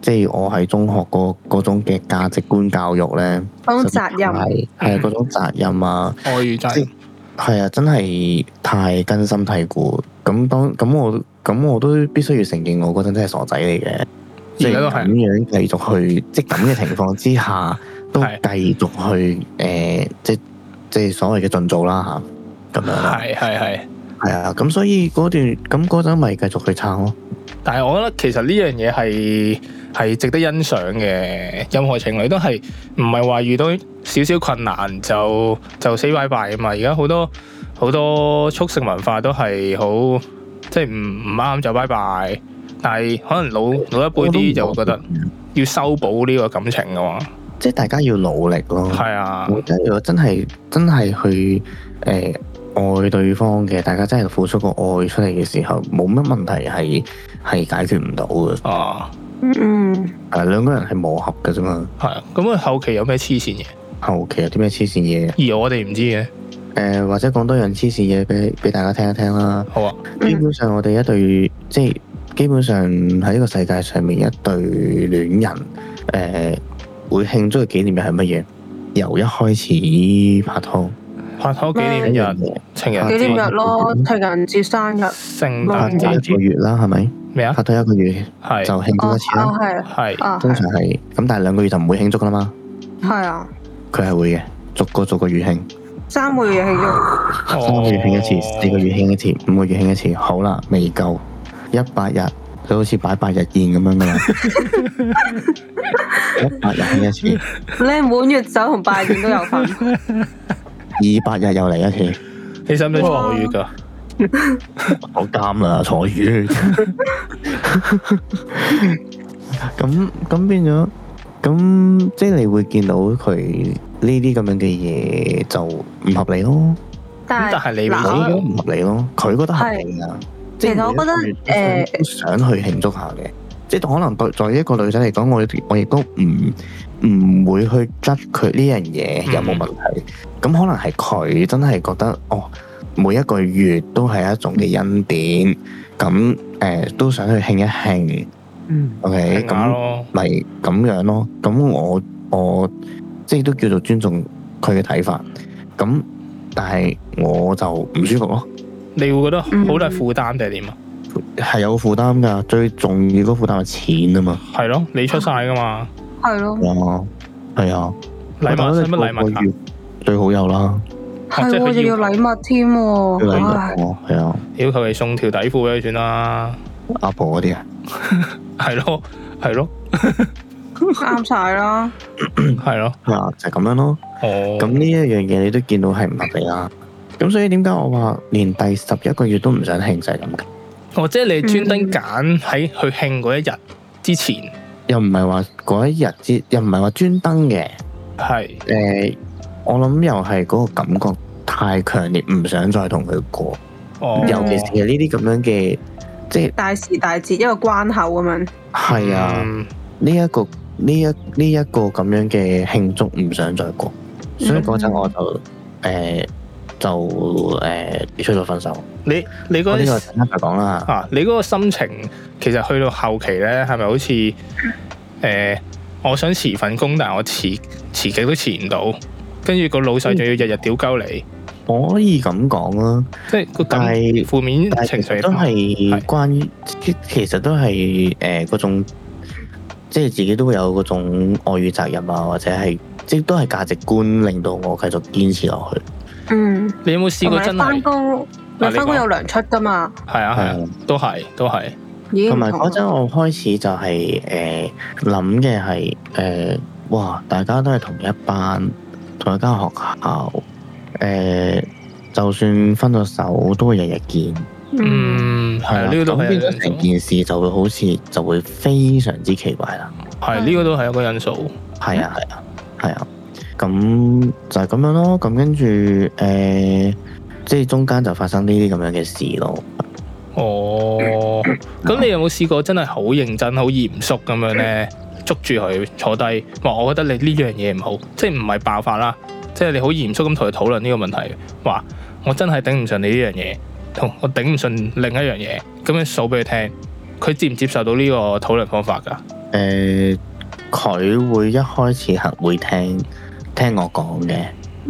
即係我喺中學嗰嗰種嘅價值觀教育咧，
講責任。嗯
係係嗰種責任啊，
愛與真
即係啊，真係太根深蒂固。咁當咁我咁我都必須要承認，我嗰陣真係傻仔嚟嘅。即係
而家都係
咁樣繼續去，即係咁嘅情況之下， 都
係
繼續去誒、呃即即係所謂嘅進做啦吓，咁樣啦，
係係係。
係啊，咁所以嗰段咁嗰陣咪繼續去撐咯，
但係我覺得其實呢樣嘢係係值得欣賞嘅，任何情侶都係唔係話遇到少少困難就就 say bye bye 啊嘛。而家好多好多速食文化都係好即係唔唔啱就 bye bye，但係可能老老一輩啲就會覺得要修補呢個感情嘅嘛。
即係大家要努力咯，
係啊，
我覺得如果真係真係去誒、呃、愛對方嘅，大家真係付出個愛出嚟嘅時候，冇乜問題係係解決唔到嘅，
啊
嗯，
誒兩個人係磨合嘅啫嘛，
係啊。咁佢後期有咩黐線
後期有啲咩黐線嘢？
嘢，而我哋唔知嘅。
誒、或者講多樣黐線嘢俾俾大家聽一聽啦。
好啊，
嗯
基本上我哋一對，即係基本上喺呢個世界上面一對戀人，誒、會慶祝嘅紀念日係乜嘢？由一開始拍拖
拍拖紀
一
念
樣
日、
嘢，
情人
啊
紀念日
節、
咯，情人節生日
聖
拍
誕
拖
節
一個月啦，係咪？
咩哦啊
拍？拖一個月就
係
慶祝
哦，
一次啦。
啊係
係。
啊
通
係
常係咁，但係兩個月就唔會慶祝㗎啦嘛。
係啊，
佢係會嘅，逐個逐個月慶，
三個月慶祝，
哦
三個月慶一次，四個月慶一次，五個月慶一次。好啦，未夠一百日，就好似擺百日宴咁樣㗎啦。 一百日慶一次。
你滿月酒同拜年都有份，
二百日又嚟一次，
你使唔使坐月噶？
我監啦坐月。咁咁變咗，咁即係你會見到佢呢啲咁樣嘅嘢就唔合理咯，
但
咁但係你
係
唔啊
嗱
你覺得
我
唔合理咯，佢覺得合理㗎。即係
其實我覺得
每一個人都想都想去慶祝下嘅，即係可能對對一個女仔嚟講，我我亦都唔唔會去 judge 佢呢樣
嗯
嘢有冇問題。咁、可能係佢真係覺得哦，每一個月都係一種嘅恩典，咁誒、呃都想去慶一慶。
嗯，
OK，
係咁
咁
咯，
咪咁樣咯。咁我我即係都叫做尊重佢嘅睇法。咁但係我就唔舒服咯。
你會覺得好大負擔定係點啊？
係有負擔㗎，最重要嗰負擔係錢啊嘛。
係咯，你出晒噶嘛？
係咯，
哦，係啊，
禮物使乜禮物
我覺得個個月最好有啦，
啊
係
即係佢
喎，仲
要
要禮物添
最禮
喎，唉
物我係啊，
要求你送條底褲俾佢算啦，
阿婆嗰啲啊，
係咯，係咯，
啱晒啦，
係咯，
係啊，就係咁樣咯。
哦，
咁呢一樣嘢你都見到係唔合理啦。咁所以點解我話連第十一個月都唔想慶就係咁嘅，
哦，即係你專登揀喺佢慶嗰一日之前，
又唔係話嗰一日之，又唔係話專登嘅。
係
誒、呃我諗又係嗰個感覺太強烈，唔想再同佢過，
哦，
尤其是係呢啲咁樣嘅，即係
大時大節一個關口咁樣，
係啊。
嗯
呢一個呢一呢一個咁樣嘅慶祝唔想再過，所以嗰陣我就
嗯
誒就誒提出咗分手。
你你嗰
我呢個
陣
陣間再講啦。
啊，你嗰個心情其實去到後期咧，係咪好似誒、
嗯
呃我想辭份工，但係我辭辭極都辭唔到，跟住個老
嗯
細仲要日日屌鳩你，
可以咁講啦，
即係個
但
感
係
負面
但
情
係其
緒
實都係
係
關於其其實都係誒嗰種，即係自己都會有嗰種愛與責任啊，或者係即係都係價值觀令到我繼續堅持落去。
嗯，
你有冇試
同
過
埋
真
你翻
係？
工，
啊
你
你
翻工
講
有糧出噶嘛，
係啊係啊，都係都係，
已經唔
同埋
同
嗰陣
啦，
我開始就係誒諗嘅係誒，哇！大家都係同一班，同一間學校，誒、就算分咗手都會日日見，
嗯，
嗯係
係
啊
啦
呢個都
咁
係一
變
個
咗
因素
成，件事就會好似就會非常之奇怪啦。
係呢個都係一個因素，
係啊，係啊，係啊，咁就係咁樣咯。咁跟住誒，即係中間就發生呢啲咁樣嘅事咯。
哦，咁你有冇試過真係好認真、好嚴肅咁樣咧，捉住佢坐低，話我覺得你呢樣嘢唔好，即係唔係爆發啦，即係你好嚴肅咁同佢討論呢個問題，話我真係頂唔順你呢樣嘢，同我頂唔順另一樣嘢，咁樣數俾佢聽，佢接唔接受到呢個討論方法㗎？
誒、佢會一開始係會聽聽我講嘅。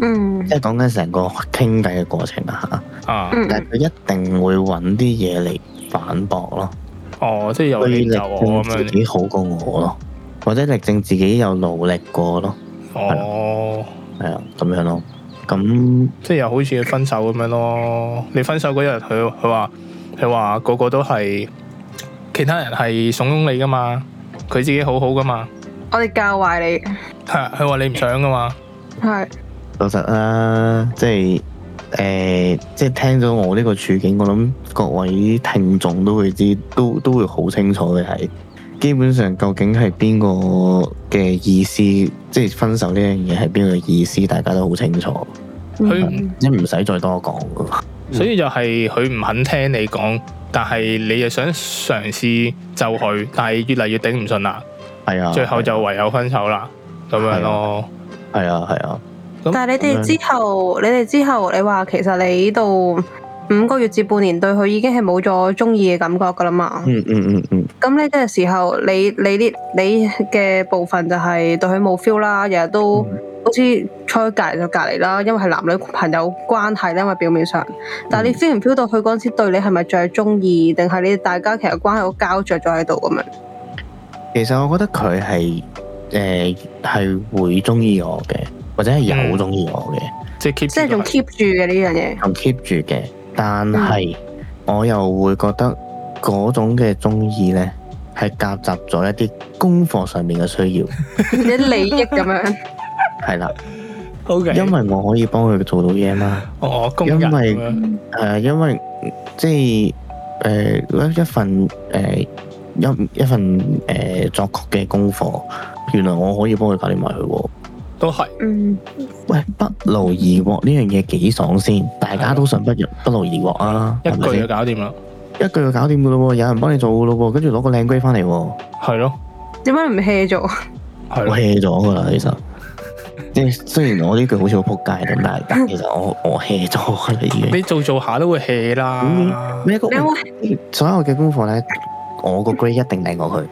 嗯
即係講緊成個傾偈嘅過程啦嚇，
啊，
嗯
但係佢一定會揾啲嘢嚟反駁咯，
哦，即係有
去
你
力
就我
證
咁
自
樣。
己好過我咯，或者力證自己有努力過咯，
哦，
係啊，咁樣咯。咁
即係又好似分手咁樣咯。你分手嗰日，佢佢話佢話個個都係其他人係慫恿你噶嘛，佢自己好好噶嘛。
我哋教壞你，
係啊佢話你唔想噶嘛。
係
老實啦，即係诶、誒即係聽咗我呢個處境，我諗各位聽眾都會知，都都會好清楚嘅係，基本上究竟係邊個嘅意思，即係分手呢樣嘢係邊個嘅意思，大家都好清楚，
佢
嗯
即係唔使再多講噶啦。
所以就係佢唔肯聽你講，但係你又想嘗試就佢，但係越嚟越頂唔順啦，
係啊，
最後就唯有分手啦，咁樣咯。
係啊係啊，
咁
但係你
咁
哋
樣
之後，你哋之後，你話其實你呢度五個月至半年對佢已經係冇咗中意嘅感覺噶啦嘛。
嗯嗯嗯嗯，
咁呢啲時候，你你啲你嘅部分就係對佢冇 feel 啦，日日都
嗯
好似坐喺隔離就隔離啦，因為係男女朋友關係啦嘛，表面上。但係你 feel 唔 feel 到佢嗰陣時對你係咪仲係中意，定係你大家其實關係好膠着咗喺度咁樣？
其實我覺得佢係诶係會中意我嘅，或者係有
嗯
中意我嘅。
即係 keep
即係仲
住
keep 住嘅呢樣嘢。
仲 keep 住嘅，
嗯
但係我又會覺得嗰種嘅中意呢，係夾雜咗一啲功課上面嘅 需要，
啲利益咁樣，
係啦，
，O K，
因為我可以幫佢做到 嘢嘛，
我工
因
人
為
咁樣
係啊，因為即係诶、呃一份诶、呃一一份诶、呃作曲嘅功課，原來我可以幫佢搞掂埋佢喎。
都係
嗯，
喂，不勞而獲呢樣嘢幾爽先，大家都想不入不勞而獲啊，
一
係咪
句
先
就搞掂啦，
一句就搞掂噶咯喎，有人幫你做噶咯喎，跟住攞個靚龜翻嚟喎。
係咯，
點解唔 hea 做？
係
我
咯，
hea 咗噶啦，其實即係雖然我呢句好似好撲街咁，但係但其實我我 hea 咗噶啦已經。
你做做下都會 hea 啦，
呢一個
你有冇？
所有嘅功課咧，我個 grade 一定靚過佢。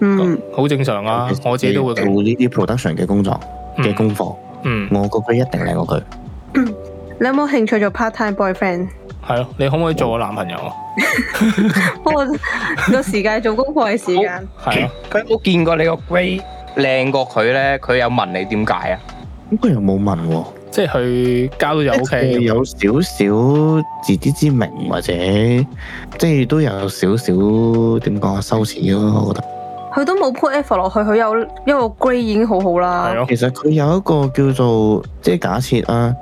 嗯，
好正常啊
尤其，是
我自己都會
做
咁
呢啲 production 嘅工作嘅
嗯
功課，
嗯，
我個 grade 一定靚過佢。
你有冇興趣做 part time boyfriend？
係咯，你可唔可以做我男朋友啊？
不過個時間做功課嘅時間，
係咯，
佢有冇見過你個 grade 靚過佢咧？佢有問你點解啊？
咁佢又冇問喎，
即係佢交到就 O
即係
K，
有少少自知之明或者即係都有少少點講啊羞恥咯，我覺得。
佢都冇 put effort 落去，佢有一個 grade 已經好好
係啊
啦。
咯，
其實佢有一個叫做即係假設啊，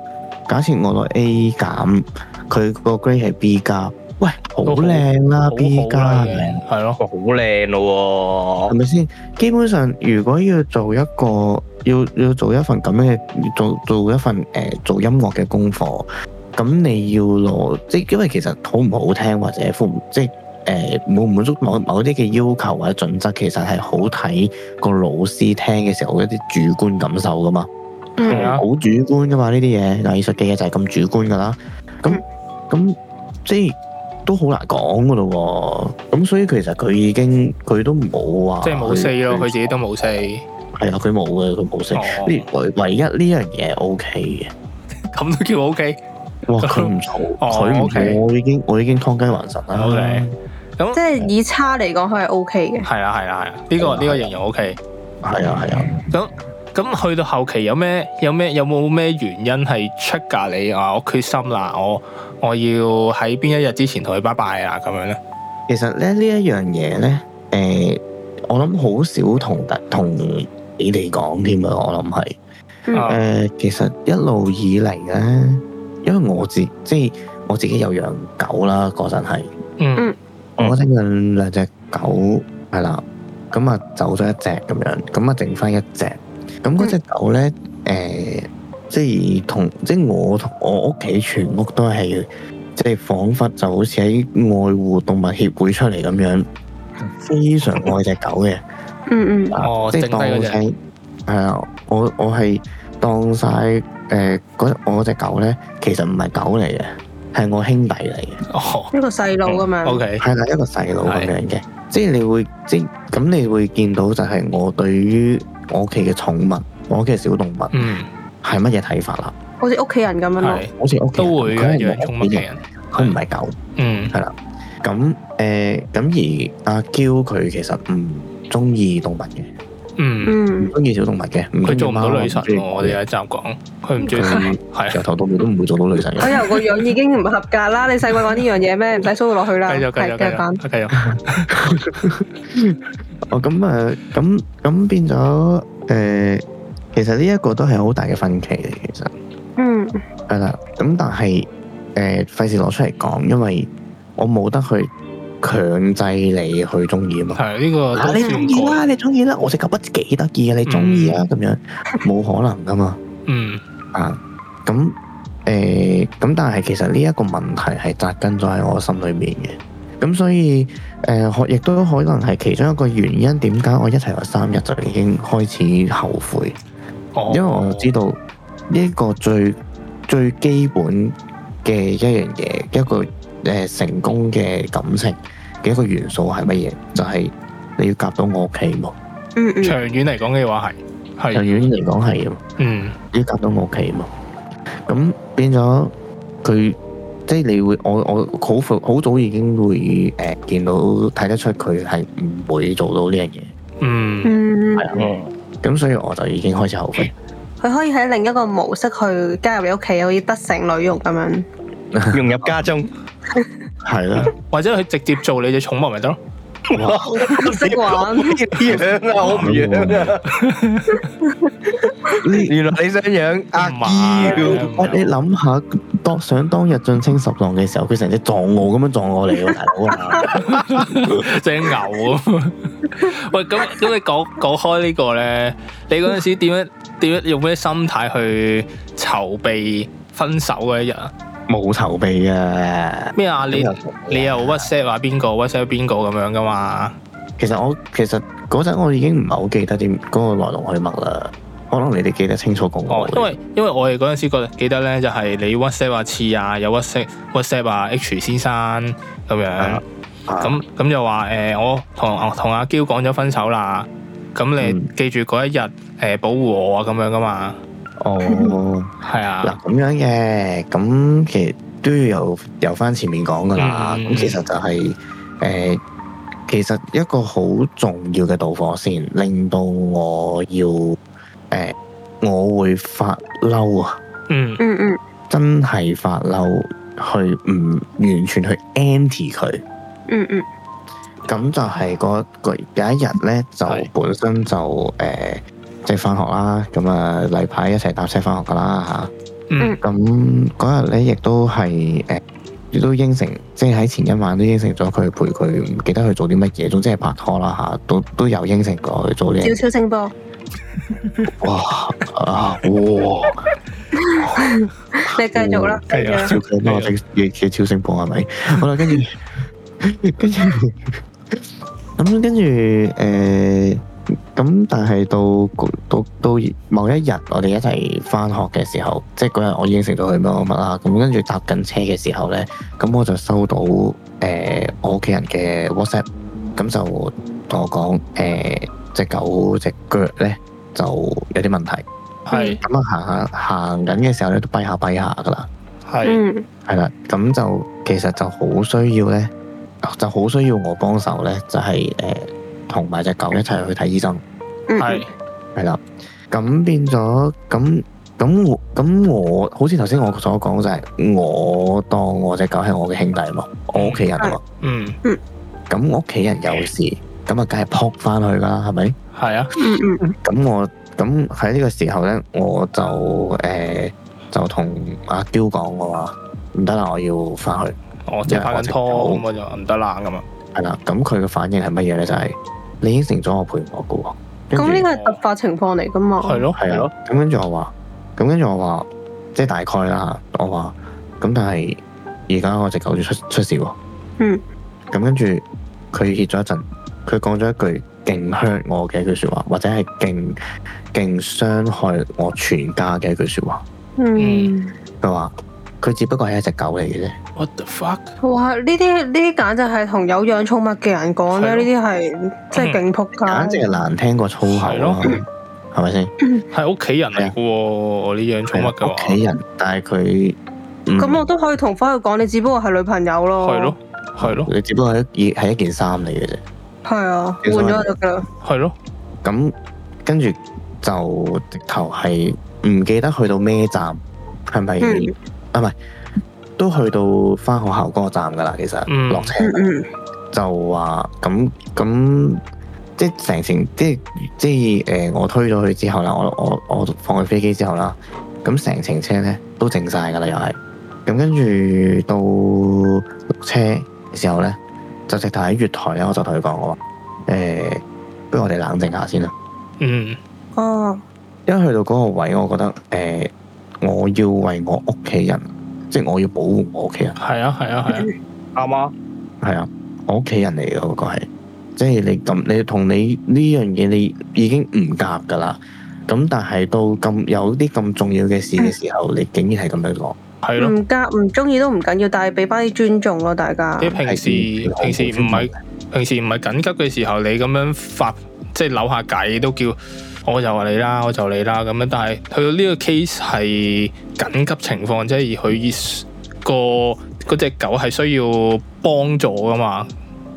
假設我攞 A 減，佢個 grade 係 B 加，喂，好
都好
靚啦，B
好好
加
啦
係咪，
係啊咯，
哇，好靚咯
係咪先？基本上如果要做一個要要做一份咁樣嘅做做一份誒、呃做音樂嘅功課，咁你要攞即係因為其實好唔好聽或者符唔即係。誒滿唔滿足某某啲嘅要求或者準則，其實係好睇個老師聽嘅時候一啲主觀感受噶嘛。
係
嗯
啊
好，主觀噶嘛呢啲嘢，藝術嘅嘢就係咁主觀噶啦。咁咁即係都好難講噶咯喎。咁所以其實佢已經佢都冇話，
即係冇 say 咯，佢自己都冇 say，
係啊，佢冇嘅，佢冇 say。
哦
呢唯唯一呢樣嘢 O K 嘅。
咁都叫 O K。
哇！佢唔嘈，
哦
佢唔
OK
嘈，我已經我已經劏雞還神啦。
OK
即係以差嚟講，佢係 O K 嘅。
係啦係啦係啦，呢個呢個形容 O K。
係啊係啊，
咁去到後期有咩有咩有冇咩原因係 check 噶你啊？我決心啦，我我要喺邊一日之前同佢拜拜啦咁樣咧。
其實咧呢一樣嘢咧，誒，我諗好少同大同你哋講添啊，我諗係。誒、
啊
呃其實一路以嚟咧，因為我自即係我自己有養狗啦，嗰陣係
嗯嗯
我嗰陣養兩隻狗係啦，咁啊走咗一隻咁樣，咁啊剩翻一隻，咁嗰只狗咧誒、即係同即係我同我屋企全屋都係，即係彷彿就好似喺愛護動物協會出嚟咁樣，非常愛只狗嘅。
嗯嗯
哦
即係
剩低
當
嗰隻
晒係啊，我我係當晒誒嗰我只狗咧，其實唔係狗嚟嘅，係我兄弟嚟嘅，
哦
一個細佬咁
，O
樣。
K，
係啦一個細佬咁樣嘅，即係你會即咁你會見到就係我對於我屋企嘅寵物，我屋企嘅小動物
嗯
係乜嘢睇法啦？
好似屋企人咁樣咯。
係
好似屋企人
都會嘅
佢係
養
我
寵
屋
物
企
嘅
人，
人，
佢唔係狗。
嗯
咁誒、誒咁而阿嬌佢其實唔中意動物嘅，
嗯，
唔
嗯，
中意小動物嘅，唔
佢
中
做
意
唔到
貓
女神
中意
喎，我哋有一集講，佢唔中意
佢
係啊
由頭到尾都唔會做到女神
我
嘅。
由個樣已經唔合格啦，你細個玩呢樣嘢咩？唔使蘇到落去啦，
嗯
繼續繼
係
續繼
繼翻
續，繼續，
哦，咁誒，咁咁變咗誒、其實呢一個都係好大嘅分歧嚟，其實
嗯
係啦。咁但係誒，費事攞出嚟講，因為我冇得去強制你去中意啊嘛。
係呢個
嗱，
都
你中
算
意
過
啦，，你中意啦，我食嚿筆幾得意啊，你中意啊，咁樣冇可能噶嘛
嗯
啊！咁誒咁，但係其實呢一個問題係扎根咗喺我心裏面嘅，咁所以誒可亦都可能係其中一個原因，點解我一齊咗三日就已經開始後悔，
哦
因為我知道呢個最最基本嘅一樣嘢，一個誒、呃成功嘅感情嘅一個元素係乜嘢，就係、你要夾到我屋企喎。
嗯嗯，
長遠嚟講嘅話係
長
係
遠嚟講係
嗯
要夾到我屋企嘛。咁變咗佢，即係你會我我好早好早已經會誒、呃、見到睇得出佢係唔會做到呢樣嘢，
嗯
嗯，
係啦。
嗯，
咁所以我就已經開始後悔。
佢可以喺另一個模式去加入你屋企，好似德成女傭咁樣。
融入家中，
係啦，
或者佢直接做你隻寵物咪得咯，
唔識玩，
養啊，我唔養啊，原來你想養阿嬌，
唔
喂，你
係
諗下，當想當日進清十郎嘅時候，佢成隻藏獒咁樣撞我嚟喎，大佬 啊！
隻牛咁。 喂，咁咁你講講開呢個咧，你嗰陣時點樣點樣用咩心態去籌備分手嗰一日啊？
冇籌備嘅，
咩啊？你
咁又
你又 WhatsApp 話邊個 WhatsApp 邊個咁樣噶嘛？
其實我其實嗰陣我已經唔係好記得點嗰個來龍去脈啦，可能你哋記得清楚過
哦
我，。
因為因為我哋嗰陣時覺得記得咧，就係你 WhatsApp 啊次啊，有 WhatsApp WhatsApp 啊 H 先生咁樣
啊，
咁咁就話誒、我同同阿嬌講咗分手啦，咁你
嗯
記住嗰一日誒、保護我啊咁樣噶嘛，
哦，
係啊
嗱，咁樣嘅，咁其實都要由由翻前面講噶啦。
嗯
咁、其實就係、誒、其實一個好重要嘅導火線，令到我要誒、我會發嬲啊！
嗯
嗯嗯
真係發嬲，去唔完全去 anti 佢。
嗯嗯
咁就係嗰個有一日咧，就
係
本身就誒、即係翻學啦，咁啊例牌一齊搭車翻學噶啦嚇。
嗯
咁嗰日咧，亦都係誒，亦、都應承，即係喺前一晚都應承咗佢陪佢，唔記得佢做啲乜嘢，總之係拍拖啦吓，都都有應承過去做呢樣
照超聲波，
哇啊哇！
你繼續啦，繼
係啊
續。
照佢幫我整嘅嘅超聲波係咪？好啦，跟住跟住咁跟住誒。咁但係到到到某一日，我哋一齊翻學嘅時候，即係嗰日我應承咗佢乜乜啦。咁跟住搭緊車嘅時候咧，咁我就收到誒、呃我屋企人嘅 WhatsApp，咁就同我講誒只狗只腳咧就有啲問題。
係
咁啊行下行緊嘅時候咧都跛下跛下噶啦。
係
嗯
係啦，咁就其實就好需要咧，就好需要我幫手咧，就係誒同埋只狗一齊去睇醫生，
嗯，
係
係啦。咁變咗咁咁我咁我好似頭先我所講就係我當我只狗係我嘅兄弟嘛，我屋企人啊嘛。
嗯
咁我屋企人有事，咁啊梗係撲翻去啦，係咪？
係啊
嗯嗯
咁我咁喺呢個時候咧，我就誒、呃就同阿嬌講我話唔得啦，我要翻去。
我即係拍緊拖
因為我
咁我就唔得啦咁啊，
係啦，咁佢嘅反應係乜嘢咧？就係、你應承咗我陪我嘅喎，
嗯，
跟住
咁呢個係突發情況嚟噶嘛？
係咯
係啊，咁跟住我話，咁跟住我話，即係大概啦，我話，咁但係而家我只狗出出事喎，
嗯，
咁跟住佢歇咗一陣，佢講咗一句勁 hurt 我嘅一句説話，或者係勁勁傷害我全家嘅一句説話，
嗯，
佢話佢只不過係一隻狗嚟嘅啫，
，what the fuck？
哇！呢啲呢啲簡直係同有養寵物嘅人講咧，
係
呢
咯嗯
啲係即係勁
簡
撲
直
街。
係難聽過粗口
係咯
咯，係咪先？
係屋企人嚟嘅喎，我呢養寵物嘅
啊屋企
話
人，但係佢嗯
咁我都可以同翻佢講，你只不過係女朋友咯。
嗯係咯，
哦
系咯，
你只不過係一係一件衫嚟嘅啫。
係啊，
其
換
實
咗就得啦。
系咯，
咁跟住就直頭係唔記得去到咩站，係咪？
嗯
啊，唔係都去到翻學校嗰個站噶啦。其實
嗯
落車
嗯嗯，
就話咁咁，即係成程即係即係誒、呃我推咗佢之後啦，我我我放佢飛機之後啦，咁成程車咧都靜晒噶啦，又係咁跟住到落車嘅時候咧，就直頭喺月台咧，我就同佢講我話誒，不如我哋冷靜下先啦。
嗯
哦，
因為去到嗰個位，我覺得誒、呃我要為我屋企人，即係我要保護我屋企人，
系啊系啊系啊，
啱啊，
係啊，我屋企人嚟嘅嗰個係，即係你咁，你同你呢樣嘢你已經唔夾噶啦。咁但係到咁有啲咁重要嘅事嘅時候，你竟然係咁樣講，
系咯。
唔夾唔中意都唔緊要，但係俾翻啲尊重咯，大家。
你平時
係
平時唔係平時唔係緊急嘅時候，你咁樣發即係扭下計都叫我就你啦，我就你啦咁樣。但係去到呢個 case 係緊急情況，即係佢個嗰只狗係需要幫助噶嘛，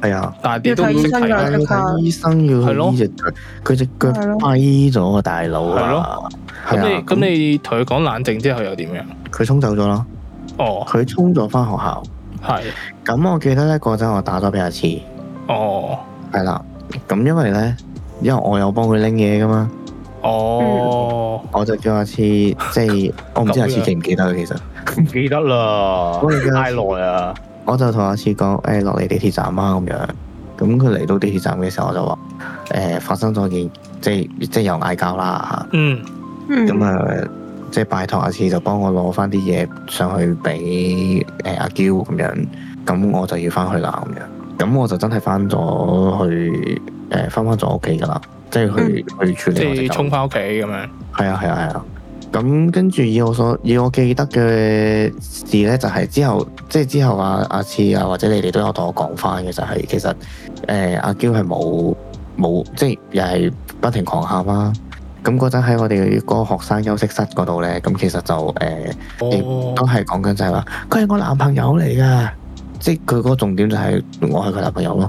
係啊，
但係你都唔
要睇醫
識
生
睇
㗎
但
啦
係啊要睇醫生
係
要
咯
去醫隻腳，佢隻腳
係咯
跛咗啊，大佬
係
啊
咯，
係
咁
啊
你，咁你同佢講冷靜之後又點樣？
佢衝走咗咯，
哦，
佢衝咗翻學校。
係，
咁我記得咧嗰陣我打咗俾阿次。
哦，
系啦，咁因為咧，因為我有幫佢拎嘢噶嘛，
哦，
我就叫阿次，即係我唔知阿次記唔記得啦，其實
唔記得啦
我哋嘅
太耐啦。
我就同阿次講，诶落嚟地鐵站啊咁樣，咁佢嚟到地鐵站嘅時候，我就話，诶、發生咗件，即係即係又嗌交啦
嗯，
嗯
吓，咁啊、即係拜託阿次就幫我攞翻啲嘢上去俾诶阿嬌咁樣，咁我就要翻去啦咁樣，咁我就真係翻咗去，诶翻翻咗屋企噶啦，即係去、去處
即
理我隻
係
狗
衝翻屋企咁樣，
係啊係啊係啊。咁跟住以我所以我記得嘅事咧，就係、之後即係之後啊阿次啊或者你哋都有同我講翻嘅，就係、其實誒、呃阿嬌係冇冇即係又係不停狂喊啦。咁嗰陣喺我哋嗰個學生休息室嗰度咧，咁其實就誒、呃都
哦，
係講緊就係話佢係我男朋友嚟噶，即係佢嗰個重點就係我係佢男朋友咯，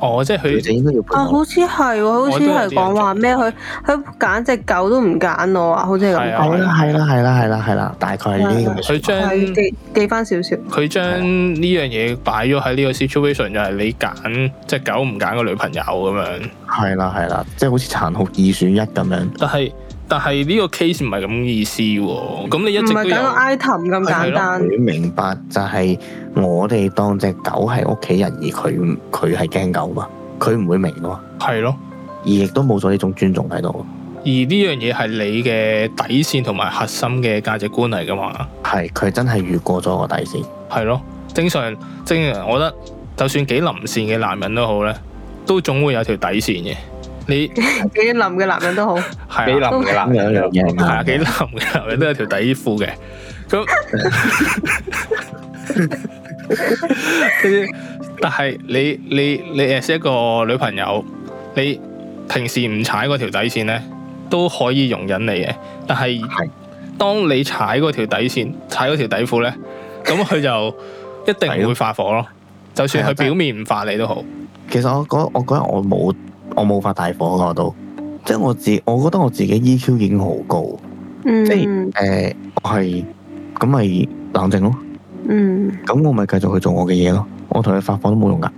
哦，即係
佢
佢
就應該要陪
啊，
我。
好似係喎，好似係講話咩？佢佢揀只狗都唔揀我啊，好似係
係
咁
啊
係
講。
啦係啦係啦係啦係啦，大概係呢啲咁嘅
佢
説法。
將。
係記記翻少少，
佢將呢樣嘢擺咗喺呢個 situation，就係你揀只狗唔揀個女朋友咁樣。
啊
係啦係啦，即係好似殘酷二選一咁樣。
但係但係呢個 case 唔係咁嘅意思喎。咁你一
唔
直
係
都有
揀個 item 咁
係
簡
咯
單。
佢明白就係我哋當只狗係屋企人，而佢唔佢係驚狗嘛，佢唔會明咯，
係咯，
而亦都冇咗呢種尊重喺度。
而呢樣嘢係你嘅底線同埋核心嘅價值觀嚟噶嘛。
係佢真係越過咗個底線，
係咯，正常正常，我覺得就算幾臨線嘅男人都好咧，都總會有條底線嘅。你
幾冧嘅男人都好，
幾
係啊
林嘅啦，
咁有一樣嘢係
係啊，
啱
幾
嘅
男嘅男人都有條底褲嘅。咁， 但係你你你 as 一個女朋友，你平時唔踩嗰條底線咧，都可以容忍你嘅。但係
係
當你踩嗰條底線，踩嗰條底褲咧，咁佢就一定會發火咯。就算
係啊
佢
真係
表面唔發你都好，
其實我嗰我嗰日我冇我冇發大火嗰度，即係我自我覺得我自己 EQ 已經好高，誒、
嗯
我係咁咪冷靜咯，
嗯，
咁我咪繼續去做我嘅嘢咯，我同佢發火都冇用㗎，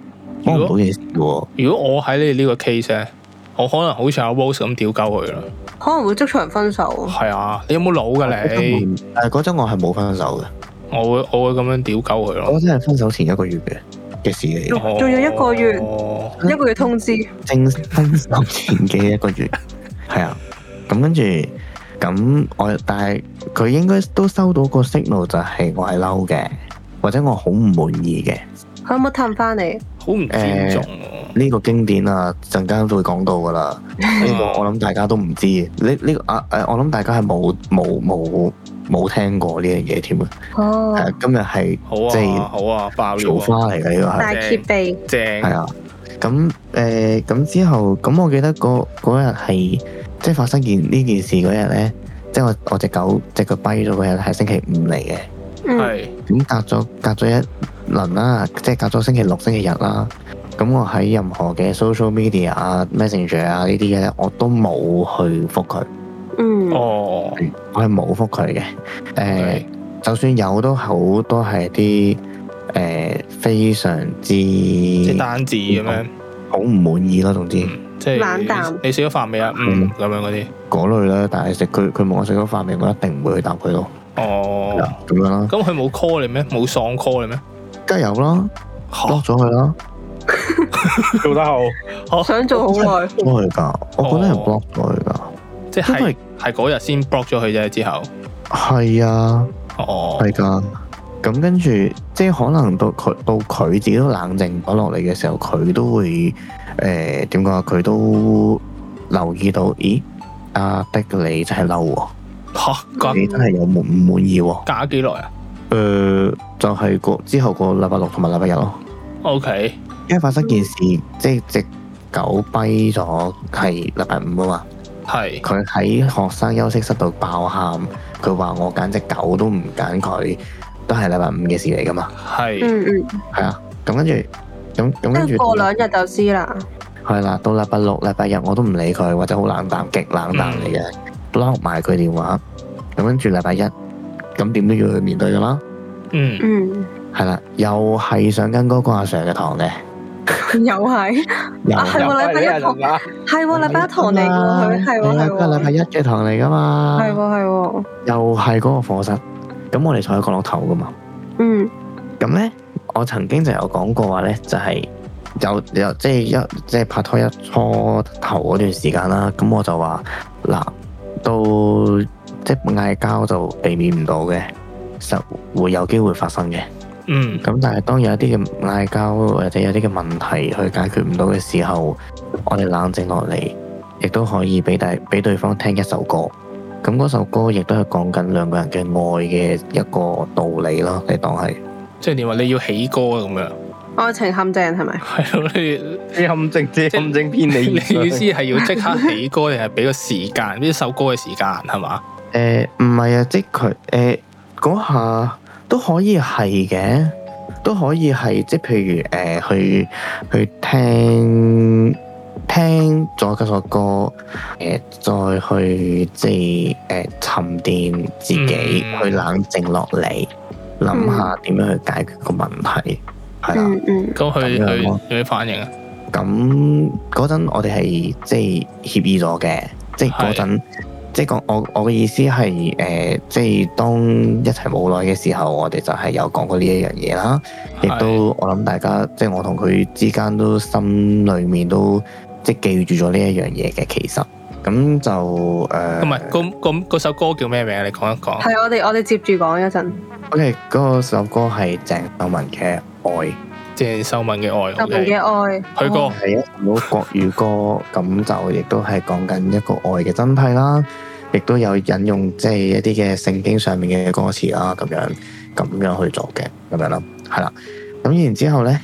幫唔到嘢事喎。
如果我喺你呢個 case 咧，我可能好似阿 Rose 咁屌鳩佢啦。
可能會即場分手。
係啊，你有冇腦㗎你？
但係嗰陣我係冇分手嘅，
我會我會咁樣屌鳩佢咯。
嗰陣係分手前一個月嘅嘅事嚟嘅，
仲要一個月
哦
一個月通知，
正式分手前嘅一個月，係啊，咁跟住咁我，但係佢應該都收到個 signal 就係我係嬲嘅，或者我好唔滿意嘅
佢有冇氹翻你？
好唔尊重喎。
呢、個經典啊，陣間都會講到噶啦，呢、個我諗大家都唔知，呢呢、個啊誒，我諗大家係冇冇冇冇聽過呢樣嘢添嘅，
哦，
係啊今日係
好啊，
即係
好啊，爆料
桃
啊，
花嚟嘅呢個係。
大揭秘，
正
係啊，咁誒咁之後，咁我記得嗰嗰日係即係發生件呢件事嗰日咧，即係我我只狗只腳跛咗嗰日係星期五嚟嘅。
嗯，
係
咁隔咗隔咗一輪啦，即係隔咗星期六、星期日啦。咁我喺任何嘅 social media 啊、messenger 啊呢啲嘢咧，我都冇去覆佢，
嗯，
哦，
我係冇覆佢嘅。誒、就算有都好多係啲誒非常
即
嗯
係
之
單字咁樣，
好唔滿意咯，總之
即係
冷淡
你你食咗飯未啊？嗯，咁樣嗰啲。
嗰類啦。但係食佢佢問我食咗飯未，我一定唔會去答佢咯。
嗯
哦，
咁樣啦，
咁佢冇 call 你咩？冇喪 call 你咩？
梗係有啦
嚇
哦
，lock 咗佢啦。
做得好，
想做好耐，
block 佢㗎，我覺得係 block 咗佢㗎。
即
因
係
為
係嗰日先 block 咗佢啫，之後。
係啊，
哦，
係㗎。咁跟住，即係可能到佢到佢自己都冷靜咗落嚟嘅時候，佢都會誒點講啊？佢都留意到，咦？阿的你真係嬲喎，
吓隔
你真係有滿唔滿意喎？
隔幾耐啊
誒、就係、個之後個禮拜六同埋禮拜日咯。
？OK，
因為發生件事，即係只狗跛咗，係禮拜五啊嘛。
係
佢喺學生休息室度爆喊，佢話我揀只狗都唔揀佢，都係禮拜五嘅事嚟噶嘛，
係
嗯嗯，
係啊。咁跟住，咁咁跟
即
住
係
到，
過兩日就知啦。
係啦，到禮拜六、禮拜日我都唔理佢，或者好冷淡，極冷
嗯
淡嚟嘅，block 埋佢電話。咁跟住禮拜一，咁點都要去面對噶啦，
嗯
嗯，
係啦，又係上緊嗰個阿 Sir 嘅堂嘅，
又係，
又
啊係喎禮拜一堂
啊，
係喎，禮拜一堂嚟嘅喎，佢係喎，係
係啊，禮拜
喎，
一嘅堂嚟噶嘛，
係喎，係喎，
又係嗰個課室，咁我哋坐喺角落頭噶嘛。
嗯
咁咧，我曾經就有講過話咧，就係、有有即係一即係拍拖一初頭嗰段時間啦。咁我就話嗱，到即係嗌交就避免唔到嘅，實會有機會發生嘅。
嗯
咁但係當有一啲嘅嗌交或者有啲嘅問題去解決唔到嘅時候，我哋冷靜落嚟，亦都可以俾大俾對方聽一首歌。咁嗰首歌亦都係講緊兩個人嘅愛嘅一個道理咯，你當係。
即係點話？你要起歌啊咁樣，
愛情陷阱係咪？
係咯？你
啲陷阱啲陷阱偏你
你
意
意思
思，
係要即刻起歌，定係俾個時間呢首歌嘅時間係嘛？
誒唔係啊，即係佢誒嗰下都可以係嘅，都可以係即係譬如誒、呃去去聽聽咗嗰首歌，誒、再去即係誒、呃沉澱自己，
嗯
去冷靜落嚟，諗下點樣去解決個問題，係啦。
嗯嗯
咁佢
咁樣
佢
咯
有咩反應啊？
咁嗰陣我哋係即係協議咗嘅，即係嗰陣即係講我我嘅意思係誒、呃即係當一齊冇耐嘅時候，我哋就係有講過呢一樣嘢啦，亦都我諗大家即係我同佢之間都心裏面都即係記住咗呢一樣嘢嘅，其實咁就誒唔
係唔係咁咁嗰首歌叫咩名啊？你講一講。
係我哋我哋接住講一陣，
OK 嗰首歌係鄭秀文嘅《愛》，
鄭秀文嘅愛
特別嘅
，OK，
愛，
佢歌
係一首國語歌，咁就亦都係講緊一個愛嘅真諦啦，亦都有引用即係一啲嘅聖經上面嘅歌詞啦，咁樣咁樣去做嘅，咁樣咯，係啦。咁然之後咧，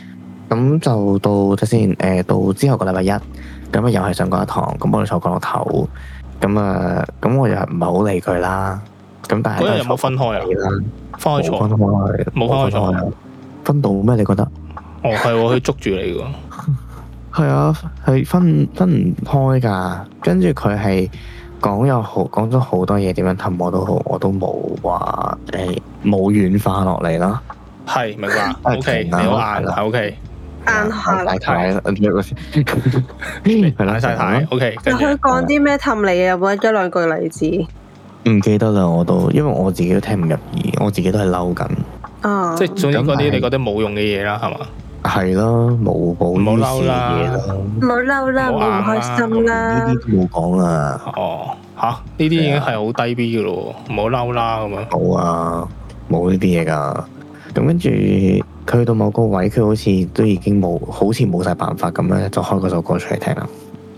咁就到睇先，誒、到之後個禮拜一，咁啊又係上嗰一堂，咁我哋坐角落頭，咁啊，咁我又係唔係好理佢啦，咁但係
嗰日有冇分開啊？
啦，
分開
冇
坐
分開，
冇分開啊坐
開，分到咩？你覺得？
哦，係喎，佢捉住你喎。
係啊，係分分唔開㗎。跟住佢係講有好講咗好多嘢，點樣氹我都好，我都冇話誒冇軟化落嚟啦。
係 明白
係
，OK，你
勁啊
好硬
係啦
係 OK，
硬下啦
大。太係
大晒太 OK，跟住
佢講啲咩氹你啊？有冇一兩句例子
唔記得啦，我都因為我自己都聽唔入耳，我自己都係嬲緊。
啊？
即係總之嗰啲
咁係
你覺得冇用嘅嘢啦，係嘛？
係咯，冇冇
唔好
呢
嬲
啲
啦
嘢啦，
唔好嬲啦，唔
唔好硬
好唔
啦
開心
呢
啦。
啲都冇講啊，
哦，吓呢啲已經係好低 B 嘅咯喎，唔好嬲啦咁樣。
冇啊，冇呢啲嘢㗎。咁跟住佢去到某個位，佢好似都已經冇，好似冇晒辦法咁樣，就開嗰首歌出嚟聽啦。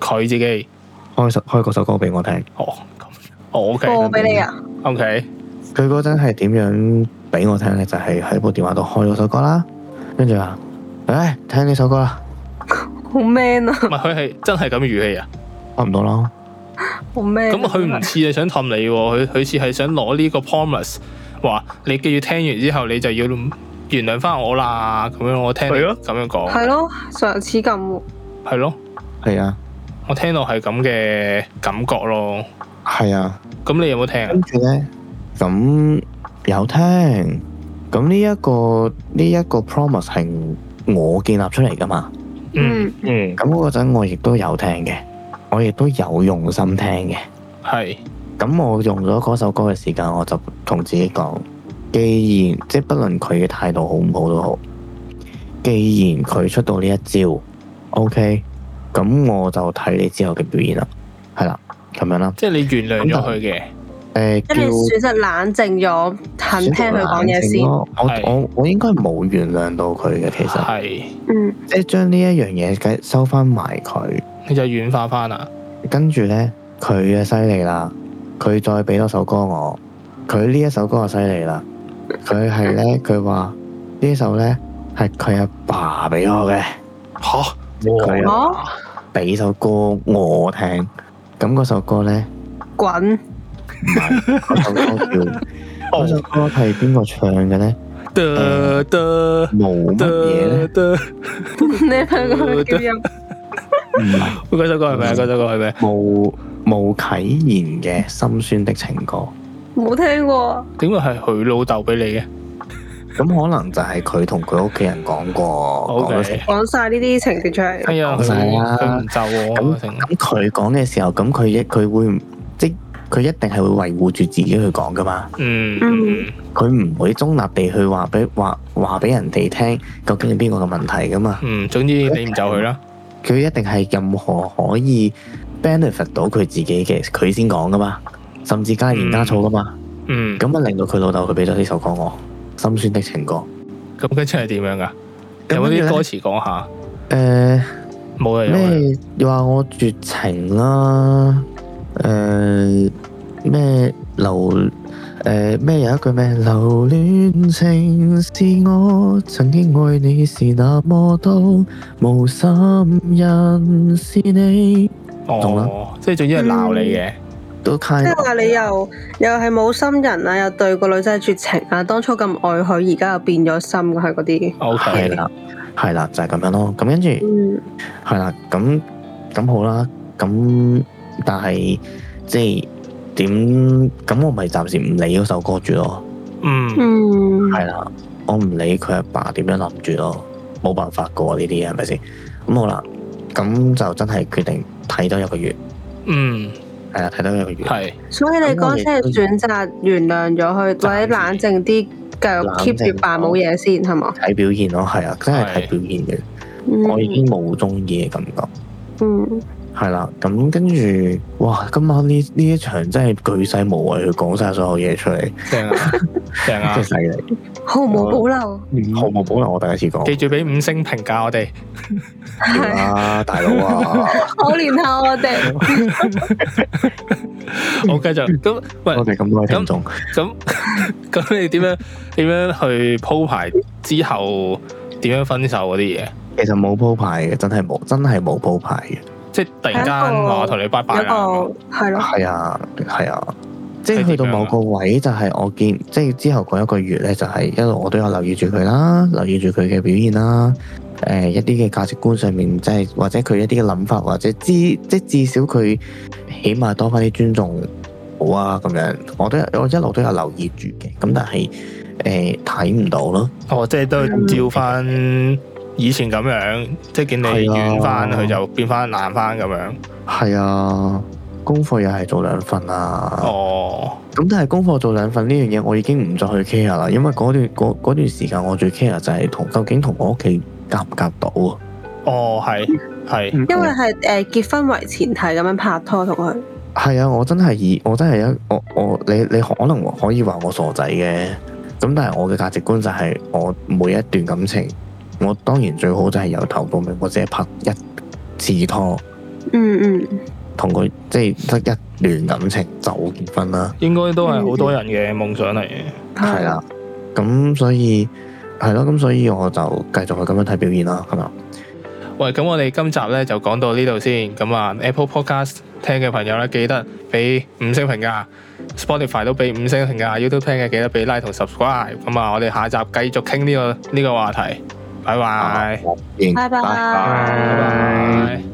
佢自己
開首開嗰首歌俾我聽，
哦咁，哦 OK
播俾你啊！
OK，
佢嗰陣係點樣俾我聽呢？就係、喺部電話度開咗首歌啦，跟住話：，唉，聽呢首歌啦，
好 man 啊，
唔係佢係真係咁嘅語氣啊。
差唔多啦。
好 man 啊。
咁佢唔似係想氹你喎，佢佢似係想攞呢個 promise。話你記住聽完之後你就要原諒翻我啦，咁樣我聽你
係咯
咁樣講，
係咯，上次咁喎
係咯，
係啊，
我聽到係咁嘅感覺咯。
係啊。
咁你有冇聽啊
跟？住咧，咁有聽。咁呢一個呢一個 promise 係我建立出嚟噶嘛。
嗯，
嗯，
嗯，
咁嗰陣我亦都有聽嘅，我亦都有用心聽嘅。
係
咁我用咗嗰首歌嘅時間，我就同自己講：既然即係不論佢嘅態度好唔好都好，既然佢出到呢一招，OK，咁我就睇你之後嘅表現啦，係啦，咁樣啦。
即係你原諒咗佢嘅，
誒、
即
叫
係你選擇冷靜咗，肯聽佢講嘢先。
我
係
我我應該冇原諒到佢嘅，其實
係
嗯，
即係將呢一樣嘢計收翻埋佢，
你就軟化翻啦。
跟住呢，佢嘅犀利啦，佢再俾多首歌我，佢呢一首歌就犀利啦，佢係呢，佢話呢首呢係佢阿爸俾我嘅，
吓，
佢
哦
阿爸俾首歌我聽，咁嗰首歌呢，
滾！
唔係嗰首歌叫嗰首歌係邊個唱嘅呢？
得得
冇乜嘢
得
呢？
得，
你咪嗰個叫音
唔係。
嗰首歌係咩？啊嗰首歌係咩？
冇冇啟言嘅心酸的情歌，
冇聽過，
點解係佢老豆俾你嘅
咁可能就係佢同佢屋企人講過，
？O
講咗成
K，
講晒呢啲情節出嚟。
哎呀，
講
佢
晒啦
佢唔就我啊
咁
成
咁佢講嘅時候，咁佢一佢會唔即佢一定係會維護住自己去講噶嘛，
嗯
嗯
佢唔會中立地去話俾話話俾人哋聽究竟係邊個嘅問題噶嘛，
嗯，總之你唔就佢啦。
佢一定係任何可以 benefit 到佢自己嘅，佢先講噶嘛，甚至加鹽加醋噶嘛，
嗯，
咁啊令到佢老豆佢俾咗呢首歌我，心酸的情歌，
咁跟住係點樣噶？
咁
有冇
跟住
啲
呢
歌詞講下？
誒。
冇啊，有啊
咩？又話我絕情啦？誒咩留誒咩有一句咩留戀情是我曾經愛你是那麼多，無心人是你
哦
懂啦，嗯
即係總之係鬧你嘅。
都
即
kind
係話你又又係冇心人啊，又對個女仔絕情啊，當初咁愛佢，而家又變咗心嘅係嗰啲。
O
係
K，
啦係啦就係、咁樣咯。咁跟住
嗯，
係啦，咁咁好啦，咁但係即係點咁我咪暫時唔理嗰首歌住咯。
嗯，
嗯，
係啦，我唔理佢阿爸點樣諗住咯，冇辦法噶喎呢啲嘢係咪先？咁好啦，咁就真係決定睇多一個月，
嗯，
係啊，睇多一個月，
係，
所以你嗰次係選擇原諒咗佢，或者冷靜啲，繼續 keep 住扮冇嘢先，係嘛？
睇表現咯，係啊，真係睇表現嘅，我已經冇中意嘅感覺，
嗯，
係啦，咁跟住，哇，今晚呢呢一場真係巨細無遺，佢講晒所有嘢出嚟，
正 啊，正啊
真係，犀利，
毫無保留，
毫無保留，我第一次講
記住俾五星評價我 哋。
係
啊，大佬啊，
可憐下我哋。
我繼續咁，喂，
我哋咁多位聽眾，
咁 咁你點樣點樣去鋪排之後點樣分手嗰啲嘢？
其實冇鋪排嘅，真係冇，真係冇鋪排嘅。
即係突然間
係一個
話我同你拜啊拜
啊
有一
啦，
個係咯，
係啊，係啊，即
係
係去到
點樣啊
某個位就係我見，即係之後嗰一個月咧，就係一路我都有留意住佢啦，留意住佢嘅表現啦，誒、一啲嘅價值觀上面，即係或者佢一啲嘅諗法，或者至即係至少佢起碼多翻啲尊重我啊咁樣，我都有我一路都有留意住嘅，咁但係誒睇唔到咯，
哦，即係都
嗯
照翻以前咁樣，即係見你
係啊
軟翻，佢就變翻爛翻咁樣。
係啊，功課又係做兩份啊。
哦，
咁但係功課做兩份呢樣嘢，我已經唔再去 care 啦，因為嗰段嗰嗰段時間我最 care 就係同究竟同我屋企夾唔夾到啊？
哦，係係，
因為係誒結婚為前提咁樣拍拖同佢，
係啊，我真係以我真係一我我你你可能可以話我傻仔嘅，咁但係我嘅價值觀就係我每一段感情，我當然最好就係由頭到尾，我只係拍一次拖，
嗯嗯，
同佢即係得一段感情就結婚啦。
應該都係好多人嘅夢想嚟嘅。
係啦，咁所以係咯，咁所以我就繼續去咁樣睇表演啦，咁啊，
喂，咁我哋今集咧就講到呢度先。咁啊，Apple Podcast 聽嘅朋友咧，記得俾五星評價；Spotify 都俾五星評價；YouTube 聽嘅記得俾 like 同 subscribe。咁啊，我哋下集繼續傾呢、個呢、個話題。拜拜，
拜
拜
拜。
拜拜。